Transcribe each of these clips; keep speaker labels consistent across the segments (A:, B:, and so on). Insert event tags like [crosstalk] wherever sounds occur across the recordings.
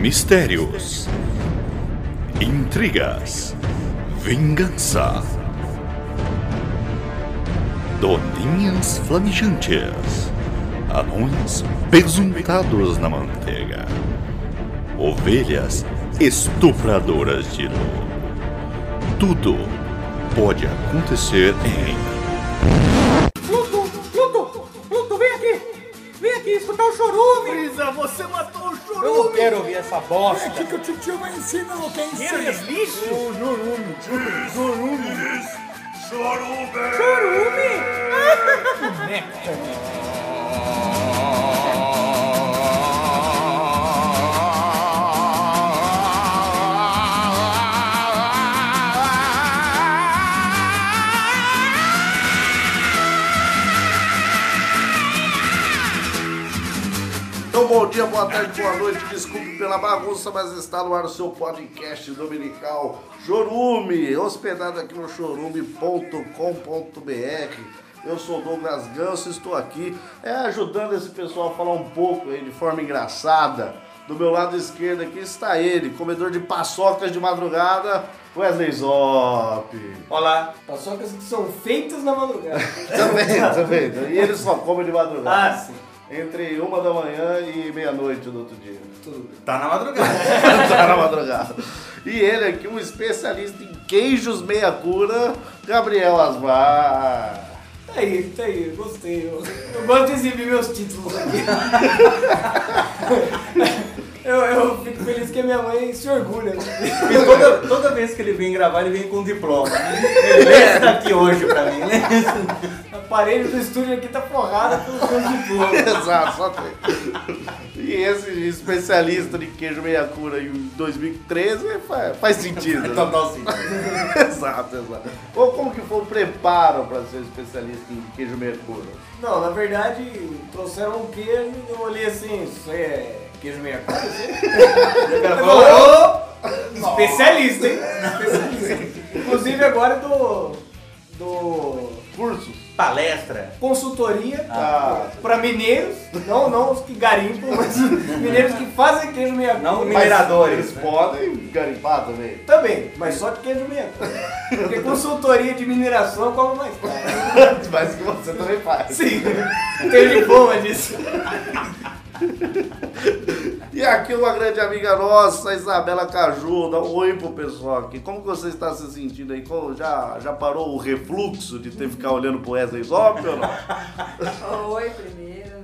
A: Mistérios, intrigas, vingança, doninhas flamijantes, anões pesuntados na manteiga, ovelhas estupradoras de luz. Tudo pode acontecer em
B: Pluto, Pluto, Pluto, vem aqui! Vem aqui escutar o chorume!
C: Brisa, você matou o
B: Eu
C: chorume!
B: não quero ouvir essa bosta!
D: que o tio vai ensinar o que é
C: lixo? O chorume.
B: Chorume!
E: Então, bom dia, boa tarde, boa noite. Desculpe pela bagunça, mas está no ar o seu podcast dominical Chorume, hospedado aqui no chorume.com.br. Eu sou Douglas Ganso e estou aqui é, ajudando esse pessoal a falar um pouco aí, de forma engraçada. Do meu lado esquerdo aqui está ele, comedor de paçocas de madrugada, Wesley Zop.
C: Olá.
B: Paçocas que são feitas na madrugada.
E: Também, também. Tá E ele só come de madrugada.
C: Ah,
D: Tá.
C: sim.
E: Entre uma da manhã e meia-noite do outro dia.
C: Tá na madrugada.
E: tá na madrugada. E ele aqui, um especialista em queijos meia cura, Gabriel Asmar.
B: Tá aí, tá aí, eu gostei. Eu, eu gosto de exibir meus títulos aqui. [laughs] Eu, eu fico feliz que a minha mãe se orgulha.
C: E toda, toda vez que ele vem gravar, ele vem com diploma. Ele lê isso daqui hoje pra mim. né? Lê isso.
B: O aparelho É. do estúdio aqui tá forrado pelo seu diploma.
E: Exato, só tem. E esse especialista de queijo meia cura em 2013 fa- faz sentido.
B: Tá
E: né?
C: Total sentido.
E: exato, exato. Ou como que foi o preparo para ser especialista em queijo meia cura?
B: Não, na verdade, trouxeram um queijo e eu olhei assim, isso aí é queijo meia assim. cura?
C: O cara
B: Eu
C: falou,
B: falei, "Ô, Especialista, hein? Especialista. Inclusive agora do. do.
E: Cursos?
C: palestra.
B: consultoria
E: Ah.
B: para mineiros, não, não os que garimpam, mas mineiros que fazem queijo meia cura.
C: Não
B: Mas-
C: mineradores.
E: Eles podem
B: [laughs]
E: garimpar também.
B: Também, mas só de queijo meia cura. Porque consultoria de mineração como mais caro.
E: Mas que você também faz.
B: Sim, tem diploma disso.
E: E aqui uma grande amiga nossa, Isabela Caju, dá um oi pro pessoal aqui. Como que você está se sentindo aí? Como- já, já parou o refluxo de ter que ficar olhando pro Wesley Zop ou não?
F: Oi, primeiro, né?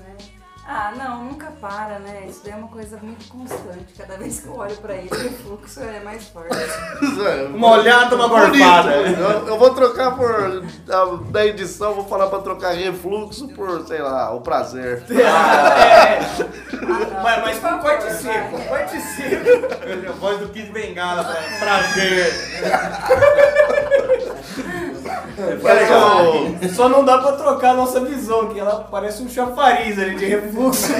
F: Ah, não, nunca para, né? Isso daí é uma coisa muito constante. Cada vez que eu olho pra ele, o fluxo é mais forte.
C: [laughs] Uma olhada, uma gorfada.
E: Bonito. Eu, eu vou trocar por. Da, da edição, vou falar pra trocar refluxo por, sei lá, o prazer.
B: É,
F: Ah,
B: mas, mas com corte
F: vai.
B: seco, corte seco.
C: A voz do Kid Bengala, pra- prazer.
E: Mas,
B: Só não dá pra trocar a nossa visão, que ela parece um chafariz ali de refluxo.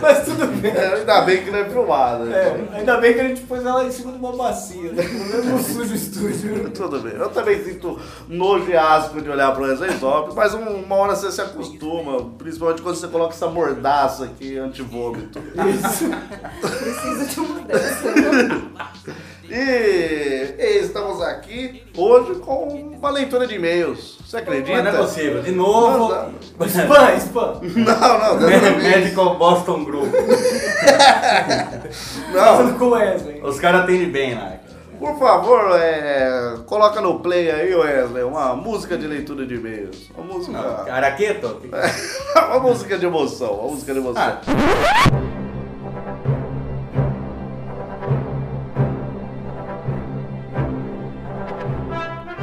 B: mas tudo bem.
E: ô, ainda bem que não é filmado. né?
B: É, ainda bem que a gente pôs ela em cima de uma bacia, né? pelo menos não suja o estúdio.
E: Tudo bem. Eu também sinto nojo e asco de olhar pro Wesley Zop, mas um- uma hora você se acostuma, principalmente quando você coloca essa mordaça aqui antivômito.
B: Isso.
F: Preciso de uma dessa.
E: [laughs] E, e estamos aqui hoje com uma leitura de e-mails. Você acredita?
C: Mas não é
B: Então.
C: possível. De novo.
E: Não,
B: [laughs]
E: não.
B: Spam, spam.
E: Não, não, dessa vez-
C: Medical Boston Group.
E: não.
B: Falando com o Wesley.
C: Os caras atendem bem lá. cara.
E: Por favor, é, coloca no play aí, Wesley, uma música de leitura de e-mails. Uma
C: Não,
E: música.
C: Araqueto?
B: Ah.
E: [laughs] uma música de emoção. Uma música de emoção.
C: Ah.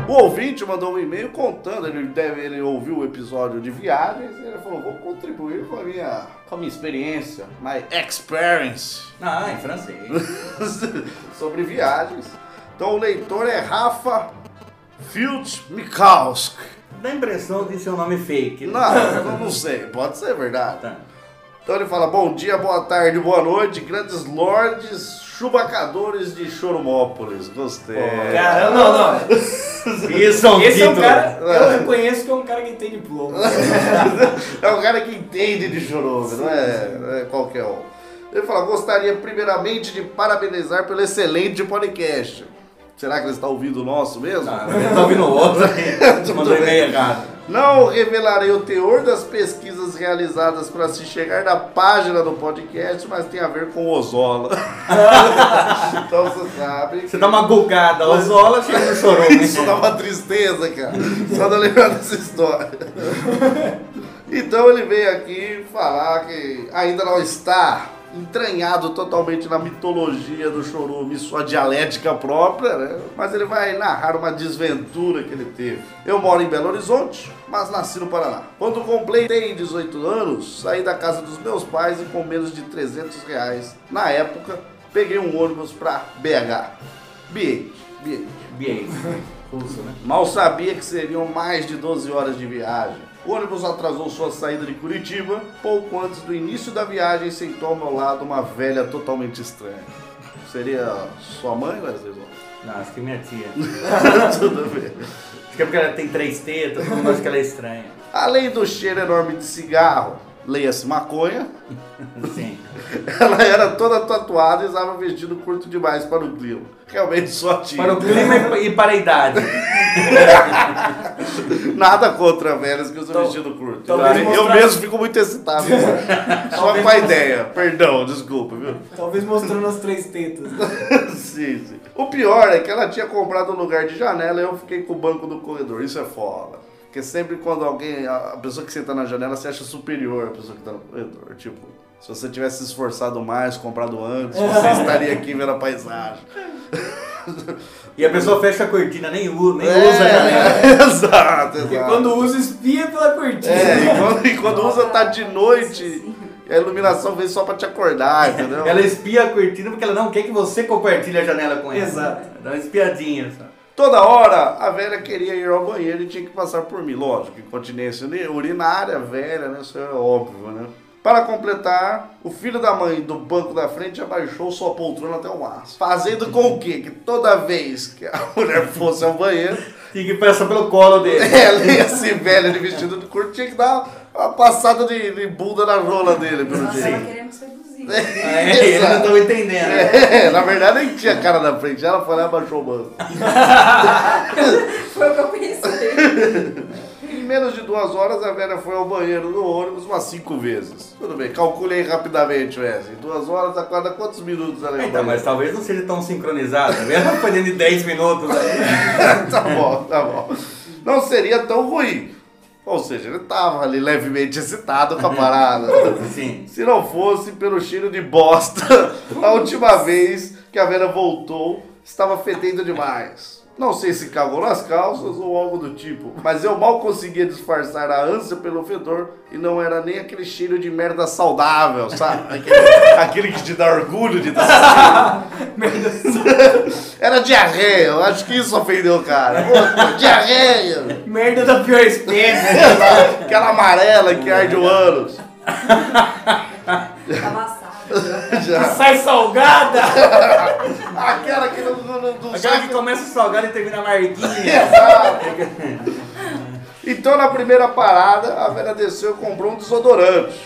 E: O ouvinte mandou um e-mail contando, ele, deve, ele ouviu o episódio de viagens e ele falou, vou contribuir com a minha, com a minha experiência, my experience, [laughs]
C: Ah, em francês.
E: sobre viagens. Então o leitor é Rafa Field Mikowsk.
C: Dá a impressão de ser um nome
E: [laughs]
C: fake.
E: Não, eu não sei, pode ser verdade.
C: Tá.
E: Então ele fala: bom dia, boa tarde, boa noite, grandes lordes, chubacadores de Choromópolis. Gostei. [laughs]
B: É. Cara, não, não.
C: Isso é um
B: Esse é um
C: título.
B: cara. Eu reconheço que é um cara que tem diploma.
E: É um cara que entende de chorume, não é, não é qualquer um. Ele fala, gostaria primeiramente de parabenizar pelo excelente podcast. Será que ele está ouvindo o nosso mesmo?
C: Ah, eu tô ouvindo outro.
B: [laughs]
C: Mandou e-mail errado.
E: Não revelarei o teor das pesquisas realizadas para se chegar na página do podcast, mas tem a ver com o Ozola. [laughs] então você sabe. que-
C: Você dá uma gulgada, Ozola chega no chorou. né?
E: Isso dá uma tristeza, cara. Só de lembrar dessa história. Então ele veio aqui falar que ainda não está entranhado totalmente na mitologia do chorume, sua dialética própria, né? Mas ele vai narrar uma desventura que ele teve. Eu moro em Belo Horizonte, mas nasci no Paraná. Quando completei 18 anos, saí da casa dos meus pais e com menos de 300 reais, na época, peguei um ônibus para BH. Biente, Biente.
B: um-
C: Bem. Russo, né?
E: Mal sabia que seriam mais de 12 horas de viagem. O ônibus atrasou sua saída de Curitiba. Pouco antes do início da viagem, sentou ao meu lado uma velha totalmente estranha. Seria sua mãe, Wesley?
C: Não, acho que é minha tia.
E: [laughs] Tudo bem.
C: Acho que é porque ela tem três tetas, todo mundo acha que ela é estranha.
E: Além do cheiro enorme de cigarro, leia-se maconha, [laughs]
C: Sim.
E: ela era toda tatuada e usava vestido curto demais para o clima. Realmente só tia.
C: Para o clima
B: [laughs]
C: e e para a idade.
E: [laughs] Nada contra velhas que usam vestido curto.
B: talvez
E: eu
B: Então, mostrar-
E: mesmo fico
B: [laughs]
E: muito excitado. só com a ideia. Perdão, desculpa, viu? [laughs]
B: Talvez mostrando as três tetas.
E: Sim, sim. O pior é que ela tinha comprado um lugar de janela e eu fiquei com o banco do corredor. Isso é foda. Porque sempre quando alguém, a a pessoa que senta na janela se acha superior à pessoa que tá no corredor. Tipo, se você tivesse se esforçado mais, comprado antes,
B: [laughs]
E: você estaria aqui vendo a paisagem.
C: E a pessoa fecha a cortina, nem, u- nem
E: É,
C: usa a janela.
E: [laughs] Exato,
B: né? Porque
E: exato.
B: quando usa, espia pela cortina.
E: É, e quando, e quando usa tá de noite, e a iluminação vem só pra te acordar, entendeu?
C: Ela é- espia a cortina porque ela não quer que você compartilhe a janela com ela.
B: Exato.
C: Dá uma espiadinha só.
E: Toda hora a velha queria ir ao banheiro e tinha que passar por mim. Lógico, incontinência uri- urinária, velha, né? Isso é óbvio, né? Para completar, o filho da mãe do banco da frente abaixou sua poltrona até o máximo. Fazendo com que, que toda vez que a [laughs] mulher fosse ao banheiro,
C: Tem que passar pelo colo
E: [laughs]
C: dele.
E: ela e esse velho de vestido de curto tinha que dar uma passada de, de bunda na rola dele, pelo
F: Nossa, ela
E: jeito.
F: querendo seduzir. né?
C: É, eles não estão entendendo. né?
E: É, [laughs] na verdade nem tinha cara na frente, ela foi lá e abaixou o banco.
F: Foi o que eu pensei.
E: Em menos de duas horas, a velha foi ao banheiro no ônibus umas cinco vezes. Tudo bem, calculei rapidamente, Wesley. Em duas horas, a cada quantos minutos ela ia ao
C: Então, mas
E: banheiro?
C: talvez não seja tão sincronizado. Talvez ela foi dentro de 10 minutos. aí.
E: [laughs] tá bom, tá bom. Não seria tão ruim. Ou seja, ele tava ali levemente excitado com a parada.
C: [laughs] Sim.
E: Se não fosse pelo cheiro de bosta, [laughs] a última vez que a Vera voltou, estava fedendo demais. Não sei se cagou nas calças ou algo do tipo, mas eu mal conseguia disfarçar a ânsia pelo fedor e não era nem aquele cheiro de merda saudável, sabe? Aquele, aquele que te dá orgulho de estar Era diarreia, eu acho que isso ofendeu o cara. Pô, diarreia!
C: [laughs]
B: Merda da pior espécie.
E: Aquela amarela que arde o ânus. [laughs]
F: Amassada.
E: Já.
B: Sai salgada.
E: Aquela que não, não, não, não
C: Aquela
E: sabe
C: que começa a salgar e termina
E: É.
C: amarguinha.
E: Exato. [laughs] Então na primeira parada, a velha desceu e comprou um desodorante.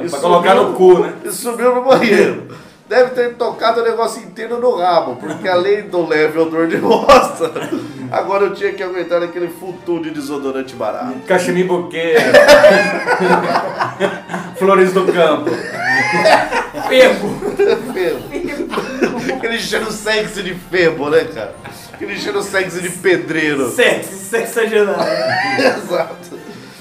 E: E
C: É, pra colocar no cu, né?
E: E subiu no banheiro. Deve ter tocado o negócio inteiro no rabo, porque além do leve odor de bosta, [laughs] agora eu tinha que aguentar aquele futu de desodorante
C: [laughs]
E: barato.
C: Cachimbo buquê. Flores do campo.
B: Pego.
E: Febo. Aquele cheiro sexy de febo, né, cara? Aquele cheiro sexy de pedreiro.
B: Sexo, sexagenário.
E: [laughs] Exato.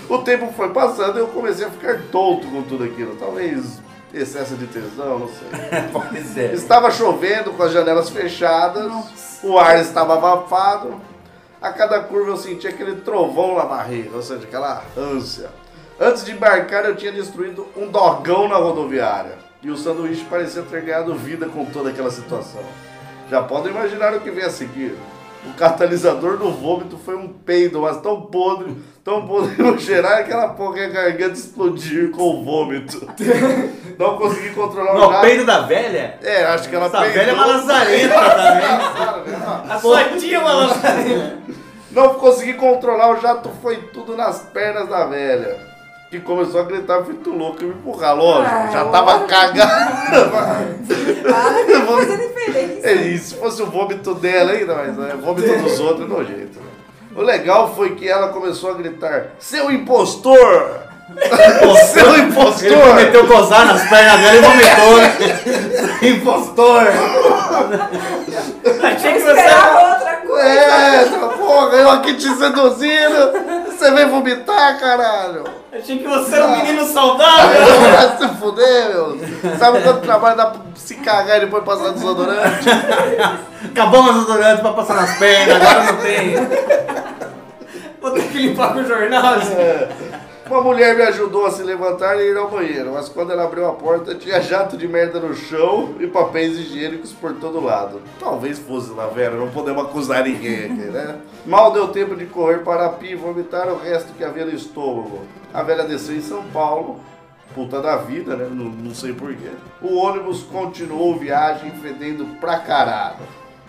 E: O tempo foi passando e eu comecei a ficar tonto com tudo aquilo. Talvez excesso de tesão, não sei.
C: Pois é.
E: Estava chovendo com as janelas fechadas, o ar estava abafado. A cada curva eu sentia aquele trovão na barriga, ou seja, aquela ânsia. Antes de embarcar, eu tinha destruído um dogão na rodoviária. E o sanduíche parecia ter ganhado vida com toda aquela situação. Já podem imaginar o que vem a seguir. O catalisador do vômito foi um peido, mas tão podre, tão podre no geral, aquela porra que a garganta explodiu com o vômito. Não consegui controlar o
C: No
E: gato.
C: peido da velha?
E: É, acho que ela
C: Essa
E: peidou.
C: velha é uma lazarenta também.
B: A sua tia é uma lazarenta.
E: Não consegui controlar, o jato foi tudo nas pernas da velha. Que começou a gritar muito louco e me empurrar, lógico.
F: Ah,
E: já tava
F: lógico.
E: cagada.
F: Para que coisa diferente.
E: [laughs] É, e se fosse o vômito dela ainda, mas né, vômito dos outros, não jeito. né? O legal foi que ela começou a gritar: Seu impostor! [laughs] Seu
C: Ele
E: impostor!
C: prometeu gozar nas pernas dela e vomitou. [laughs] Impostor!
B: Achei
F: Eu
B: que você
F: esperava
B: era...
F: outra coisa.
E: É, porra, eu aqui te seduzindo! Você vem vomitar, caralho!
B: Achei que você era um menino saudável.
E: Vai se fuder, meu. Sabe quanto trabalho dá pra se cagar e depois passar desodorante?
C: Acabou o desodorante pra passar nas pernas, agora não tem.
B: Vou ter que limpar com o jornal. assim.
E: Uma mulher me ajudou a se levantar e ir ao banheiro, mas quando ela abriu a porta tinha jato de merda no chão e papéis higiênicos por todo lado. Talvez fosse lá, Vera, não podemos acusar ninguém aqui, né? Mal deu tempo de correr para a pia e vomitar o resto que havia no estômago. A velha desceu em São Paulo Puta da vida, né? Não, não sei porquê. O ônibus continuou viagem fedendo pra caralho.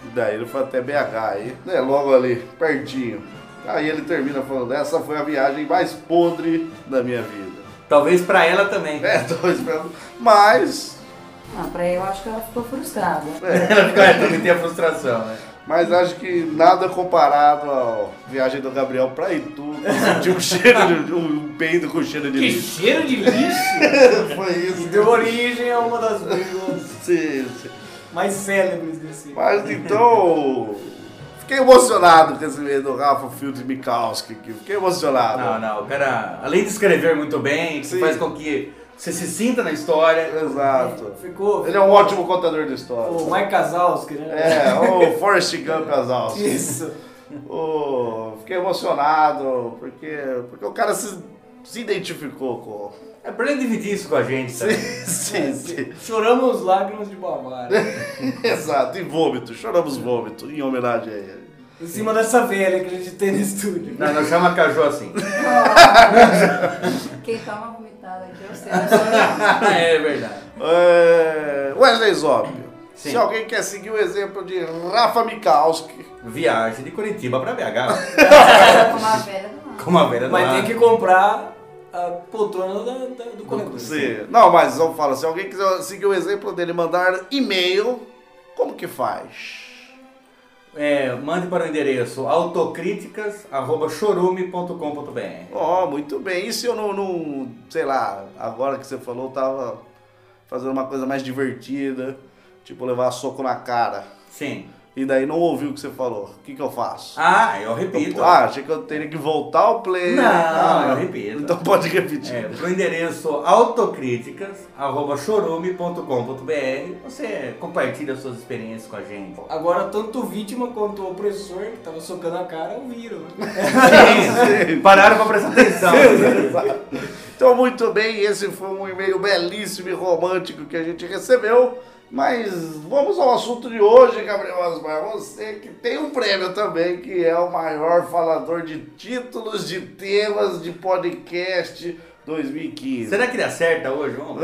E: E daí ele foi até BH aí, né? Logo ali, pertinho. Aí ele termina falando, essa foi a viagem mais podre da minha vida. [laughs]
C: Talvez pra ela também.
E: É, dois pra... Mas.
F: Não, Ah, pra eu acho que ela ficou frustrada.
E: é,
C: Ela ficou, é, também tem a frustração, né?
E: mas acho que nada comparado à viagem do Gabriel pra Itu. Sentiu um cheiro de um peido com cheiro de
B: Que
E: lixo.
B: cheiro de lixo.
E: [laughs] Foi isso.
B: Deu origem a uma das vírgulas
E: Sim, sim.
B: mais célebres desse.
E: Mas então. Fiquei emocionado com esse meio do Rafa Field Mikowski aqui. Fiquei emocionado.
C: Não, não, o cara, além de escrever muito bem, que
E: Sim.
C: faz com que você se sinta na história.
E: Exato.
B: Ficou
E: Ele é um ótimo contador de histórias.
B: o Mike Kazalski, né?
E: É, o Forrest Gump casal. [laughs]
B: Isso.
E: O- Fiquei emocionado, porque, porque o cara se, se identificou
C: É pra ele dividir isso com a gente,
E: com. [laughs]
C: sabe?
E: Sim, sim.
B: Choramos lágrimas de Bavária.
E: Exato, e vômito. Choramos vômito, em homenagem a ele.
B: Em cima dessa velha que a gente tem no estúdio.
C: Não, não chama Caju [laughs] assim.
F: Quem toma vomitada aqui, eu sei. né? eu sou-
C: é verdade.
E: É, Wesley Zop.
C: Sim.
E: Se alguém quer seguir o exemplo de Rafa Mikowski.
C: Viagem de Curitiba pra BH. [laughs]
F: eu sou uma velha do lado.
C: Com uma
E: é
C: velha do
B: Mas
C: lado.
B: tem que comprar a poltrona da- da- do corredor.
E: Sim. Não, mas eu falo, se alguém quiser seguir o exemplo dele, mandar e-mail, como que faz?
C: É, mande para o endereço autocríticas.chorume.com.br
E: Ó, muito bem. E se eu não, não, sei lá, agora que você falou, eu tava fazendo uma coisa mais divertida, tipo levar soco na cara,
C: Sim.
E: e daí não ouviu o que você falou, o que que eu faço?
C: Ah, eu
E: Eu-
C: repito.
E: ah, achei que eu teria que voltar ao play.
C: Não,
E: Ah,
C: eu repito.
E: Então pode repetir.
C: É, pro endereço autocríticas.chorume.com.br você compartilha suas experiências com a gente.
B: Agora, tanto o vítima quanto o opressor que tava socando a cara ouviram.
E: [laughs]
B: né?
C: Sim, É, pararam pra prestar atenção.
E: Então, muito bem, esse foi um e-mail belíssimo e romântico que a gente recebeu. Mas vamos ao assunto de hoje, Gabriel Osmar. Você que tem um prêmio também, que é o maior falador de títulos de temas de podcast 2015.
C: [laughs] Será que ele acerta hoje, vamos?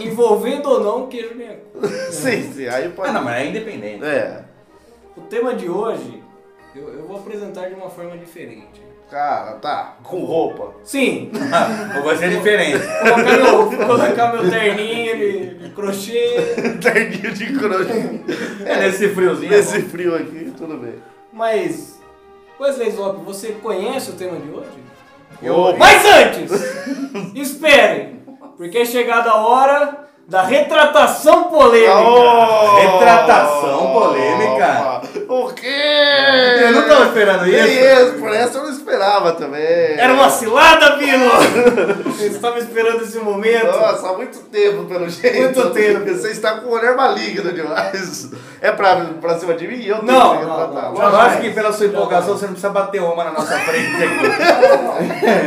B: Envolvendo ou não, queijo minha
E: [laughs] Sim, sim, aí
C: Ah,
E: pode.
C: não, mas é independente. [laughs]
E: É,
B: O tema de hoje, eu, eu vou apresentar de uma forma diferente.
E: cara, tá, com roupa. [laughs]
B: Sim,
C: Ou vai ser diferente.
B: colocar meu, vou colocar meu terninho de, de crochê,
E: Terninho de crochê.
C: [laughs] É nesse friozinho.
E: Nesse frio aqui, tudo bem.
B: mas... Wesley Zop, você conhece o tema de hoje?
E: Opa!
B: Mas antes, esperem, porque é chegada a hora da retratação polêmica.
E: Oh!
C: Retratação polêmica.
E: O quê?
C: Eu não tava esperando
E: Nem
C: isso.
E: esse, por essa eu não esperava também.
B: Era um uma cilada, Pino! Você estava esperando esse momento.
E: Nossa, há muito tempo, pelo jeito.
B: Muito tempo.
E: Você está com um olhar maligno demais. É pra, pra cima de mim? e Eu tá, tenho
B: Não,
E: que
B: não,
E: retratar.
B: não.
C: Eu acho
E: Lógico.
C: que pela sua empolgação você não precisa bater uma na nossa frente aqui.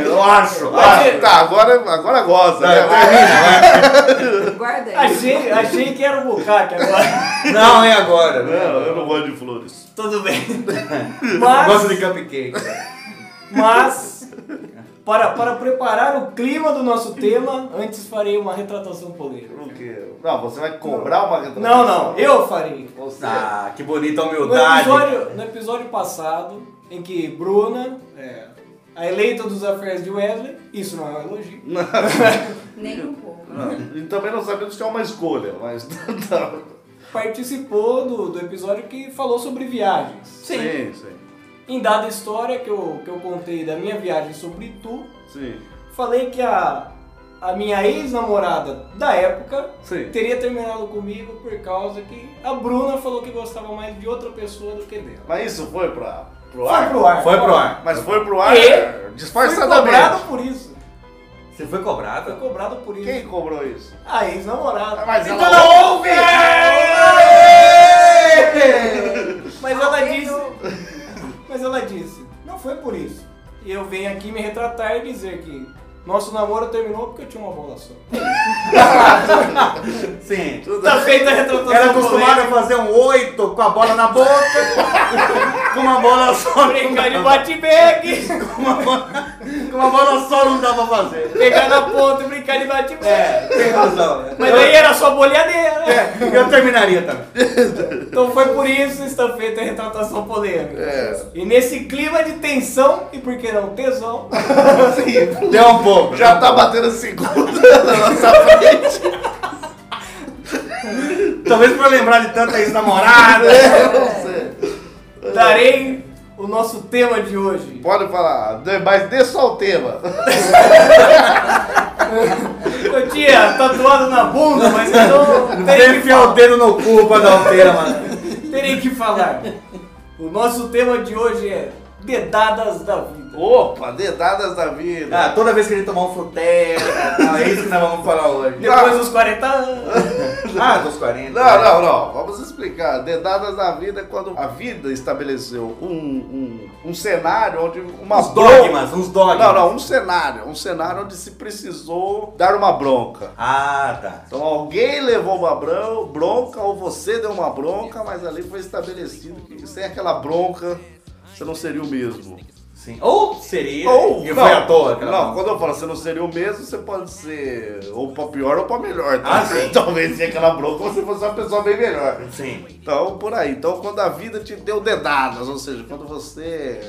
E: [laughs]
C: Eu acho.
E: Ah, tá, agora, agora goza. né?
C: termina, vai.
F: guarda aí.
B: Achei, achei que era o Bukaki agora.
C: Não, é agora.
E: Não,
C: né?
E: eu não gosto de flores.
B: Tudo
C: [laughs]
B: bem.
C: Eu
B: Mas,
C: gosto de cupcake.
B: mas para, para preparar o clima do nosso tema, antes farei uma retratação polêmica.
E: O quê? Não, você vai cobrar uma retratação?
B: Não, não, eu farei.
E: Você...
C: Ah, que bonita
B: No
C: humildade.
B: episódio, no episódio passado, em que Bruna, é, a eleita dos afers de Wesley, isso não é um elogio.
F: Nem um pouco.
E: Não, E também não sabemos que é uma escolha, mas [laughs] tá.
B: participou do, do episódio que falou sobre viagens.
E: Sim, sim.
B: Em dada história que eu, que eu contei da minha viagem sobre Tu,
E: Sim.
B: falei que a, a minha ex-namorada da época
E: Sim.
B: teria terminado comigo por causa que a Bruna falou que gostava mais de outra pessoa do que dela.
E: Mas isso foi pra, pro
B: Foi
E: ar?
B: pro ar.
C: Foi pro ar.
E: Mas foi pro ar
B: E? Foi cobrado
E: disfarçadamente.
B: por isso.
C: Você foi
B: Foi
C: cobrada?
B: cobrado por isso.
E: Quem cobrou isso?
B: A ex-namorada.
E: Mas
B: então
E: ela
B: não
E: ouve!
B: ouve! Mas ela
F: Alguém
B: disse. [laughs] Mas ela disse, não foi por isso. E eu venho aqui me retratar e dizer que nosso namoro terminou porque eu tinha uma bola só.
C: Sim.
B: Tá feita a retratação.
C: Era acostumado a fazer um oito com a bola na boca, com uma bola só.
B: brincar de bate-bag,
C: Com uma bola, com uma bola só não dá pra fazer.
B: pegar na ponta e brincar de bate-bag.
C: É, tem razão. né?
B: Mas daí era só bolhadeira.
C: eu, eu terminaria também.
B: Então foi por isso que está feita a retratação polêmica.
E: É.
B: E nesse clima de tensão, e por que não tesão,
E: Sim.
C: Deu um pouco.
E: Já tá batendo a segunda [laughs] na nossa frente.
C: Talvez pra eu lembrar de tanta ex-namorada.
E: [laughs] Você
B: darei o nosso tema de hoje.
E: Pode falar, dê- mas dê só o tema.
B: Eu tinha tatuado na bunda, mas então
C: Deve
B: terei que,
C: enfiar o dedo no cu pra dar um tema.
B: terei que falar. O nosso tema de hoje é Dedadas da Vida.
E: Opa, dedadas da vida.
C: Ah, toda vez que ele tomar um frutério, não, é isso que nós vamos falar hoje.
B: Depois dos 40 anos.
C: Ah, dos 40.
E: Não, não, não. Vamos explicar. Dedadas na vida é quando a vida estabeleceu um, um, um cenário onde uma
C: Uns
E: bronca-
C: dogmas, uns dogmas.
E: Não, não, um cenário. Um cenário onde se precisou dar uma bronca.
C: Ah, tá.
E: Então alguém levou uma bron- bronca ou você deu uma bronca, mas ali foi estabelecido que sem aquela bronca você não seria o mesmo.
C: Sim. Ou seria.
E: Ou
C: e foi à toa, cara.
E: Não, quando eu falo você não seria o mesmo, você pode ser ou pra pior ou pra melhor.
C: Ah,
E: Talvez-
C: sim.
E: [laughs] Talvez sem aquela bronca você fosse uma pessoa bem melhor. [laughs]
C: Sim.
E: Então, por aí. Então, quando a vida te deu dedadas, ou seja, quando você.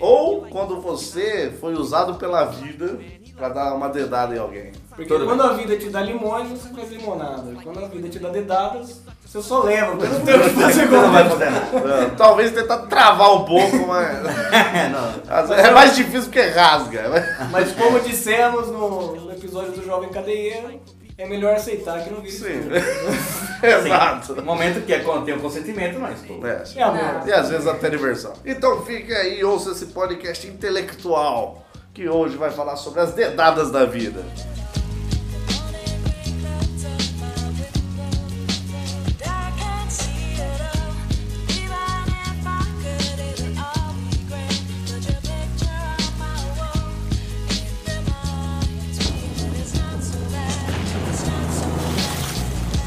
E: Ou quando você foi usado pela vida pra dar uma dedada em
C: [laughs]
E: alguém.
B: Porque
C: Tudo
B: quando a vida te dá limões, você faz limonada. E Quando a vida te dá dedadas, você só leva. Porque não tem o que fazer com
C: Você não vai
B: ela.
C: fazer nada. [laughs]
E: É, Talvez tentar travar um pouco, mas.
C: É, não.
E: às vezes É mais difícil porque rasga. né? [laughs] mas-
B: Mas como dissemos no, no episódio do Jovem Cadeieiro, é melhor aceitar que não vive.
E: Sim.
B: tudo.
E: [laughs] Exato.
C: No momento que é quando tem o consentimento, não é isso. tudo.
E: É.
B: É amor.
E: E às vezes até diversão. Então fique aí e ouça esse podcast intelectual que hoje vai falar sobre as dedadas da vida.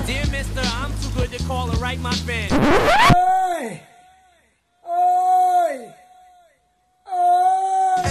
G: Dear mister, I'm too good to call and write my band.
D: Oi! Oi! Oi!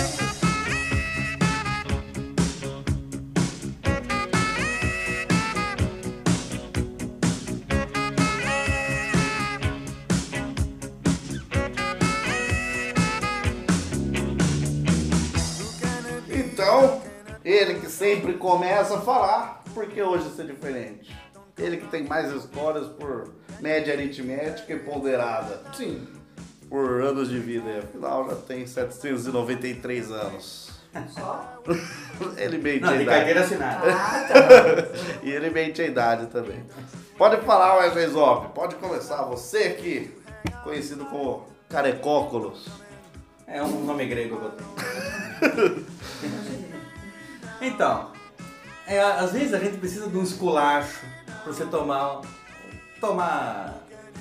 E: Então, ele que sempre começa a falar, por que hoje ser diferente? Ele que tem mais histórias por média aritmética e ponderada.
B: Sim.
E: Por anos de vida, afinal já tem 793 anos.
F: Só?
E: [laughs] Ele mente a
C: Não, de
E: idade.
C: carteira assinada.
F: Ah, tá.
E: [laughs] E ele mente a idade também. Pode falar, Wesley Zop, pode começar. Você aqui, conhecido como Carecóculos.
C: É um nome grego [laughs] que eu tenho. Então, é, às vezes a gente precisa de um esculacho pra você tomar. tomar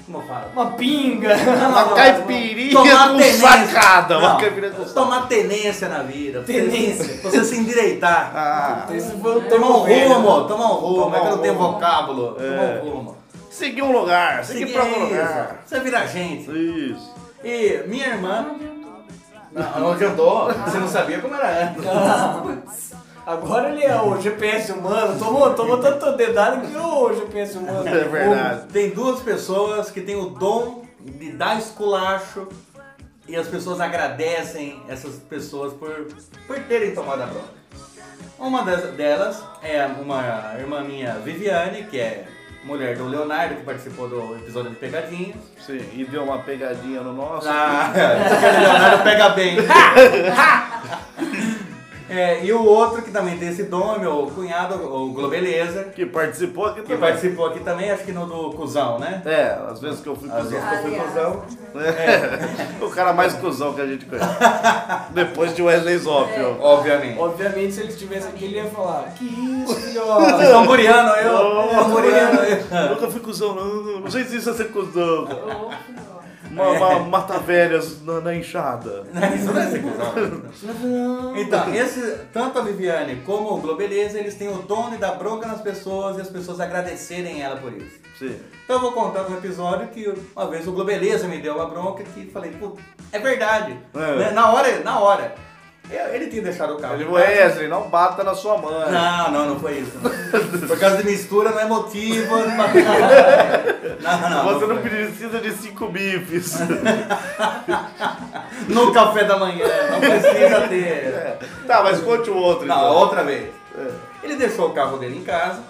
C: Como eu falo?
B: Uma pinga.
E: [laughs] Uma caipirinha
C: Tomar
E: com
C: tenência.
E: sacada. Uma
C: Não,
E: caipirinha com sacada.
C: Tomar tenência na vida. Você-
B: Tenência.
C: Você se endireitar.
E: Ah,
B: Esse foi o
C: Tomar
B: termo
C: um
B: velho.
C: rumo, tomar um rumo.
E: Tomar
C: É que eu
E: um
C: não tenho
E: rumo.
C: vocábulo.
E: É.
C: Tomar um rumo.
E: seguir um lugar, seguir
C: Seguir
E: pra um
C: isso.
E: lugar.
C: Você vira gente.
E: Isso.
C: E minha irmã. Não, não adiantou. Você não sabia como era antes.
B: Agora ele é o GPS humano, tomou, tomou tanto dedado que virou o GPS humano.
E: É verdade.
C: Tem duas pessoas que têm o dom de dar esculacho e as pessoas agradecem essas pessoas por, por terem tomado a bronca. Uma das- delas é uma irmã minha, Viviane, que é mulher do Leonardo, que participou do episódio de Pegadinhas.
E: Sim, e deu uma pegadinha no nosso.
C: Ah, [laughs] o Leonardo pega bem. [laughs] É, e o outro que também tem esse dom é meu cunhado, o Globeleza,
E: Que participou aqui
C: que
E: também.
C: participou aqui também, acho que no do Cusão, né?
E: É, às vezes que eu fui
C: Às
E: cuzão.
C: vezes que eu fui
F: Aliás.
C: Cusão.
E: É. o cara mais cuzão que a gente
C: [laughs]
E: conhece. Depois de Wesley Zófio.
C: Obviamente.
B: Obviamente, se ele estivesse aqui, ele ia falar: Que isso,
C: Você é
B: filhote?
C: hamburiano, eu.
E: Oh.
C: Hamburiano, eu. [laughs]
E: Nunca fui cuzão, não. Não sei se isso é ser cuzão.
F: Ô, filho.
E: Uma,
C: É.
E: uma mata velhas na, na enxada.
C: Isso não é ser cuzão. Então, esse, tanto a Viviane como o Globeleza, eles têm o dom de dar bronca nas pessoas e as pessoas agradecerem ela por isso.
E: Sim.
C: Então eu vou contar um episódio que uma vez o Globeleza me deu uma bronca que falei, pô, é verdade.
E: É.
C: Né? Na hora, na hora. Eu- Ele tinha deixado o carro.
E: Ele, "É,
C: em casa.
E: Tipo, Wesley, não bata na sua mãe.
C: Não, não, não foi
E: [laughs]
C: isso. Por causa de mistura não é motivo. Não, não, não,
E: Você não
C: foi.
E: precisa de cinco bifes. [laughs]
C: No café da manhã, não precisa ter.
E: É. Tá, mas conte o outro.
C: Não,
E: então.
C: outra vez.
E: É.
C: Ele deixou o carro dele em casa.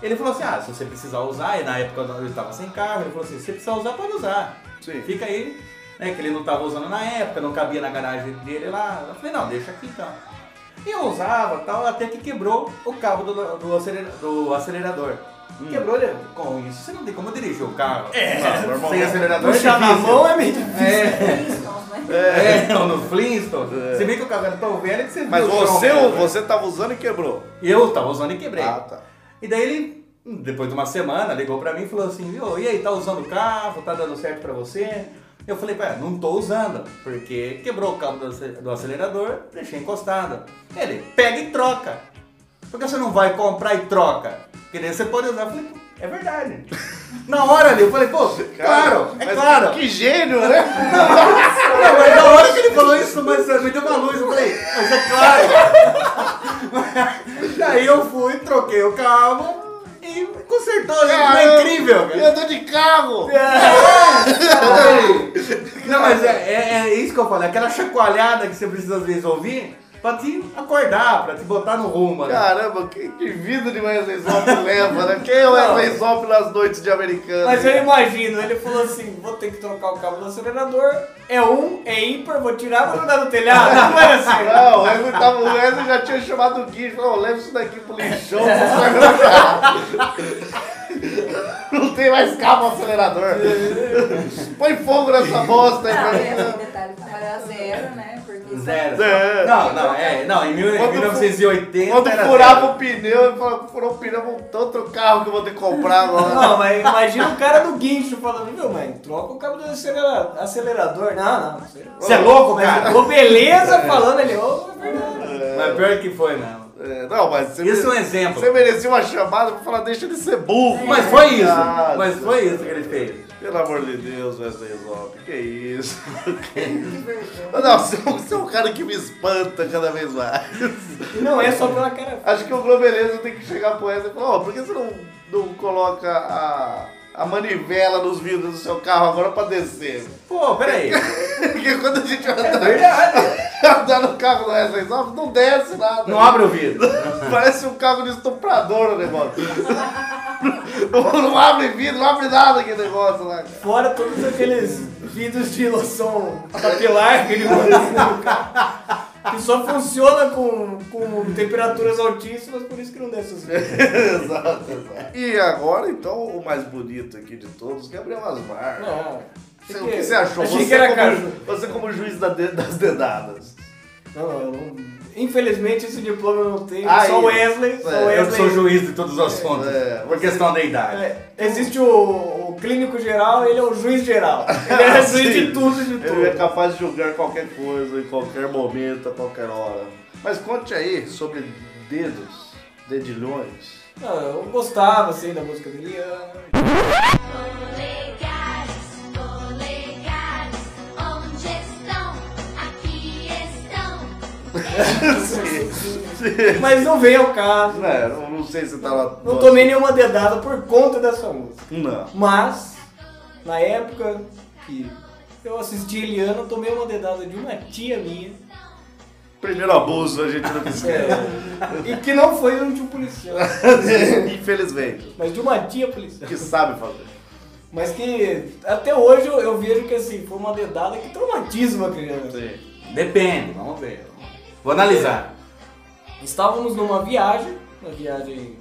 C: Ele falou assim: ah, se você precisar usar, e na época eu estava sem carro, ele falou assim: se você precisar usar, pode usar.
E: Sim.
C: Fica aí, né? Que ele não estava usando na época, não cabia na garagem dele lá. Eu falei: não, deixa aqui então. E eu usava tal, até que quebrou o cabo do, do acelera- do acelerador.
E: Hum.
C: Quebrou ele. Com isso, você não tem como dirigir o carro. É, sem
E: normalmente.
C: acelerador.
B: Puxar na
E: [laughs]
C: difícil.
B: mão é meio difícil.
C: É,
F: Flintstones, né?
C: é, ou no Flintstone. Se bem que o carro era tão velho que você
E: É. Mas
C: viu o chão,
E: você,
C: né?
E: você tava usando e quebrou.
C: Eu tava usando e quebrei.
E: Ah, tá.
C: E daí ele, depois de uma semana, ligou pra mim e falou assim, viu, e aí, tá usando o carro, tá dando certo pra você? Eu falei, pá, não tô usando, porque quebrou o cabo do ace- do acelerador, deixei encostado. Ele, pega e troca. Por que você não vai comprar e troca? Porque daí você pode usar. Eu falei, pô, é verdade. [laughs] Na hora ali, eu falei, pô, claro, é
E: Mas
C: claro.
E: Que gênio, né?
C: Não, mas na hora que ele falou isso, mas eh, me deu uma luz, eu falei, mas é claro. [laughs] Daí eu fui, troquei o carro e consertou, não é incrível,
E: Eu
C: cara.
E: andou de carro.
C: Não, mas é, é- é isso que eu falei, aquela chacoalhada que você precisa às vezes ouvir pra te acordar, pra te botar no rumo, né?
E: Caramba, que, que vida de Wesley Zop leva, né? Quem é o Wesley Zop nas noites de americano?
B: Mas eu imagino, ele falou assim: vou ter que trocar o cabo do acelerador, é um, é ímpar, vou tirar, vou jogar no telhado. Não era assim.
E: [laughs] Não, o Wesley, tava, o Wesley já tinha chamado o Gui, falou, leva isso daqui pro lixão, pro sagrado." [laughs] Não tem mais cabo no acelerador. Põe fogo nessa bosta aí pra
F: Ah,
E: mim.
F: é,
E: né?
F: um detalhe para zero, né? Porque
C: Zero.
E: É.
C: Não, não, é, não, em mil-
E: Quando fu-
C: 1980
E: Quando
C: era
E: furava
C: zero.
E: o pneu, ele falou, furou o pneu, vou tanto carro que eu vou ter que comprar
C: [laughs]
E: agora.
B: Não, mas imagina o cara do guincho falando, viu, mãe, troca o cabo do acelera- acelerador. Não, não.
C: Você é louco, cara?
B: Mas o beleza falando ele, ô, é verdade.
C: Mas pior que foi, não.
E: É, não, mas você
C: Isso é um
E: mere-
C: exemplo. É.
E: Você merecia uma chamada pra falar, deixa ele ser burro.
C: Mas foi isso,
E: Ah,
C: mas foi isso que ele fez.
E: Pelo amor de Deus, Wesley Zop, que isso? [laughs]
F: Que vergonha.
E: Não, você, você é um cara que me espanta cada vez mais. [laughs]
B: E não é só pela cara.
E: Acho que o Globeleza tem que chegar pro Wesley e falar, ó, por que você não, não coloca a, a manivela nos vidros do seu carro agora pra descer? [laughs]
C: Pô, peraí.
E: Porque quando a gente vai andar,
C: Verdade.
E: [laughs] andar no carro do Wesley Zop, não desce nada.
C: Não abre o vidro.
E: [laughs] Parece um carro de estuprador o negócio. [laughs] não, não abre vidro, não abre nada aquele negócio lá, [laughs] cara.
B: Fora todos aqueles vidros de loção capilar que ele manda assim no carro. Que só funciona com, com temperaturas altíssimas, por isso que não desce os vidros.
E: exato, exato. E agora, então, o mais bonito aqui de todos, Gabriel Asmar.
B: Não.
E: Você- o que você achou?
B: Achei
E: Você,
B: que era
E: como,
B: caju.
E: ju- você como juiz da de- das dedadas.
B: Não, eu não. Infelizmente esse diploma eu não tenho.
E: Ah,
B: só o
E: isso.
B: Wesley. Só
E: É,
B: o
E: eu
B: Wesley.
C: Eu que sou juiz de todos os assuntos.
E: É,
C: por questão da idade.
B: É, existe o, o clínico geral, ele é o juiz
E: [laughs]
B: geral. Ele é juiz de tudo, de
E: Ah, Assim, Ele é
B: tudo.
E: capaz de julgar qualquer coisa, em qualquer momento, a qualquer hora. Mas conte aí sobre dedos, dedilhões.
B: Não, eu gostava, assim, da música dele. ah,
H: Polegares, polegares, onde estão? Aqui estão.
B: Mas não veio ao caso.
E: É, eu não sei se tava.
B: Não tomei nenhuma dedada por conta dessa música.
E: Não.
B: Mas, na época que eu assisti Eliana, eu tomei uma dedada de uma tia minha.
E: Primeiro abuso a gente não quis.
B: É.
E: É.
B: e que não foi de um tio policial,
E: [laughs] Infelizmente.
B: mas de uma tia policial.
E: Que sabe fazer.
B: Mas que até hoje eu, eu vejo que assim, foi uma dedada que traumatiza uma criança.
C: Depende, vamos ver. Vou analisar.
B: Estávamos numa viagem, uma viagem.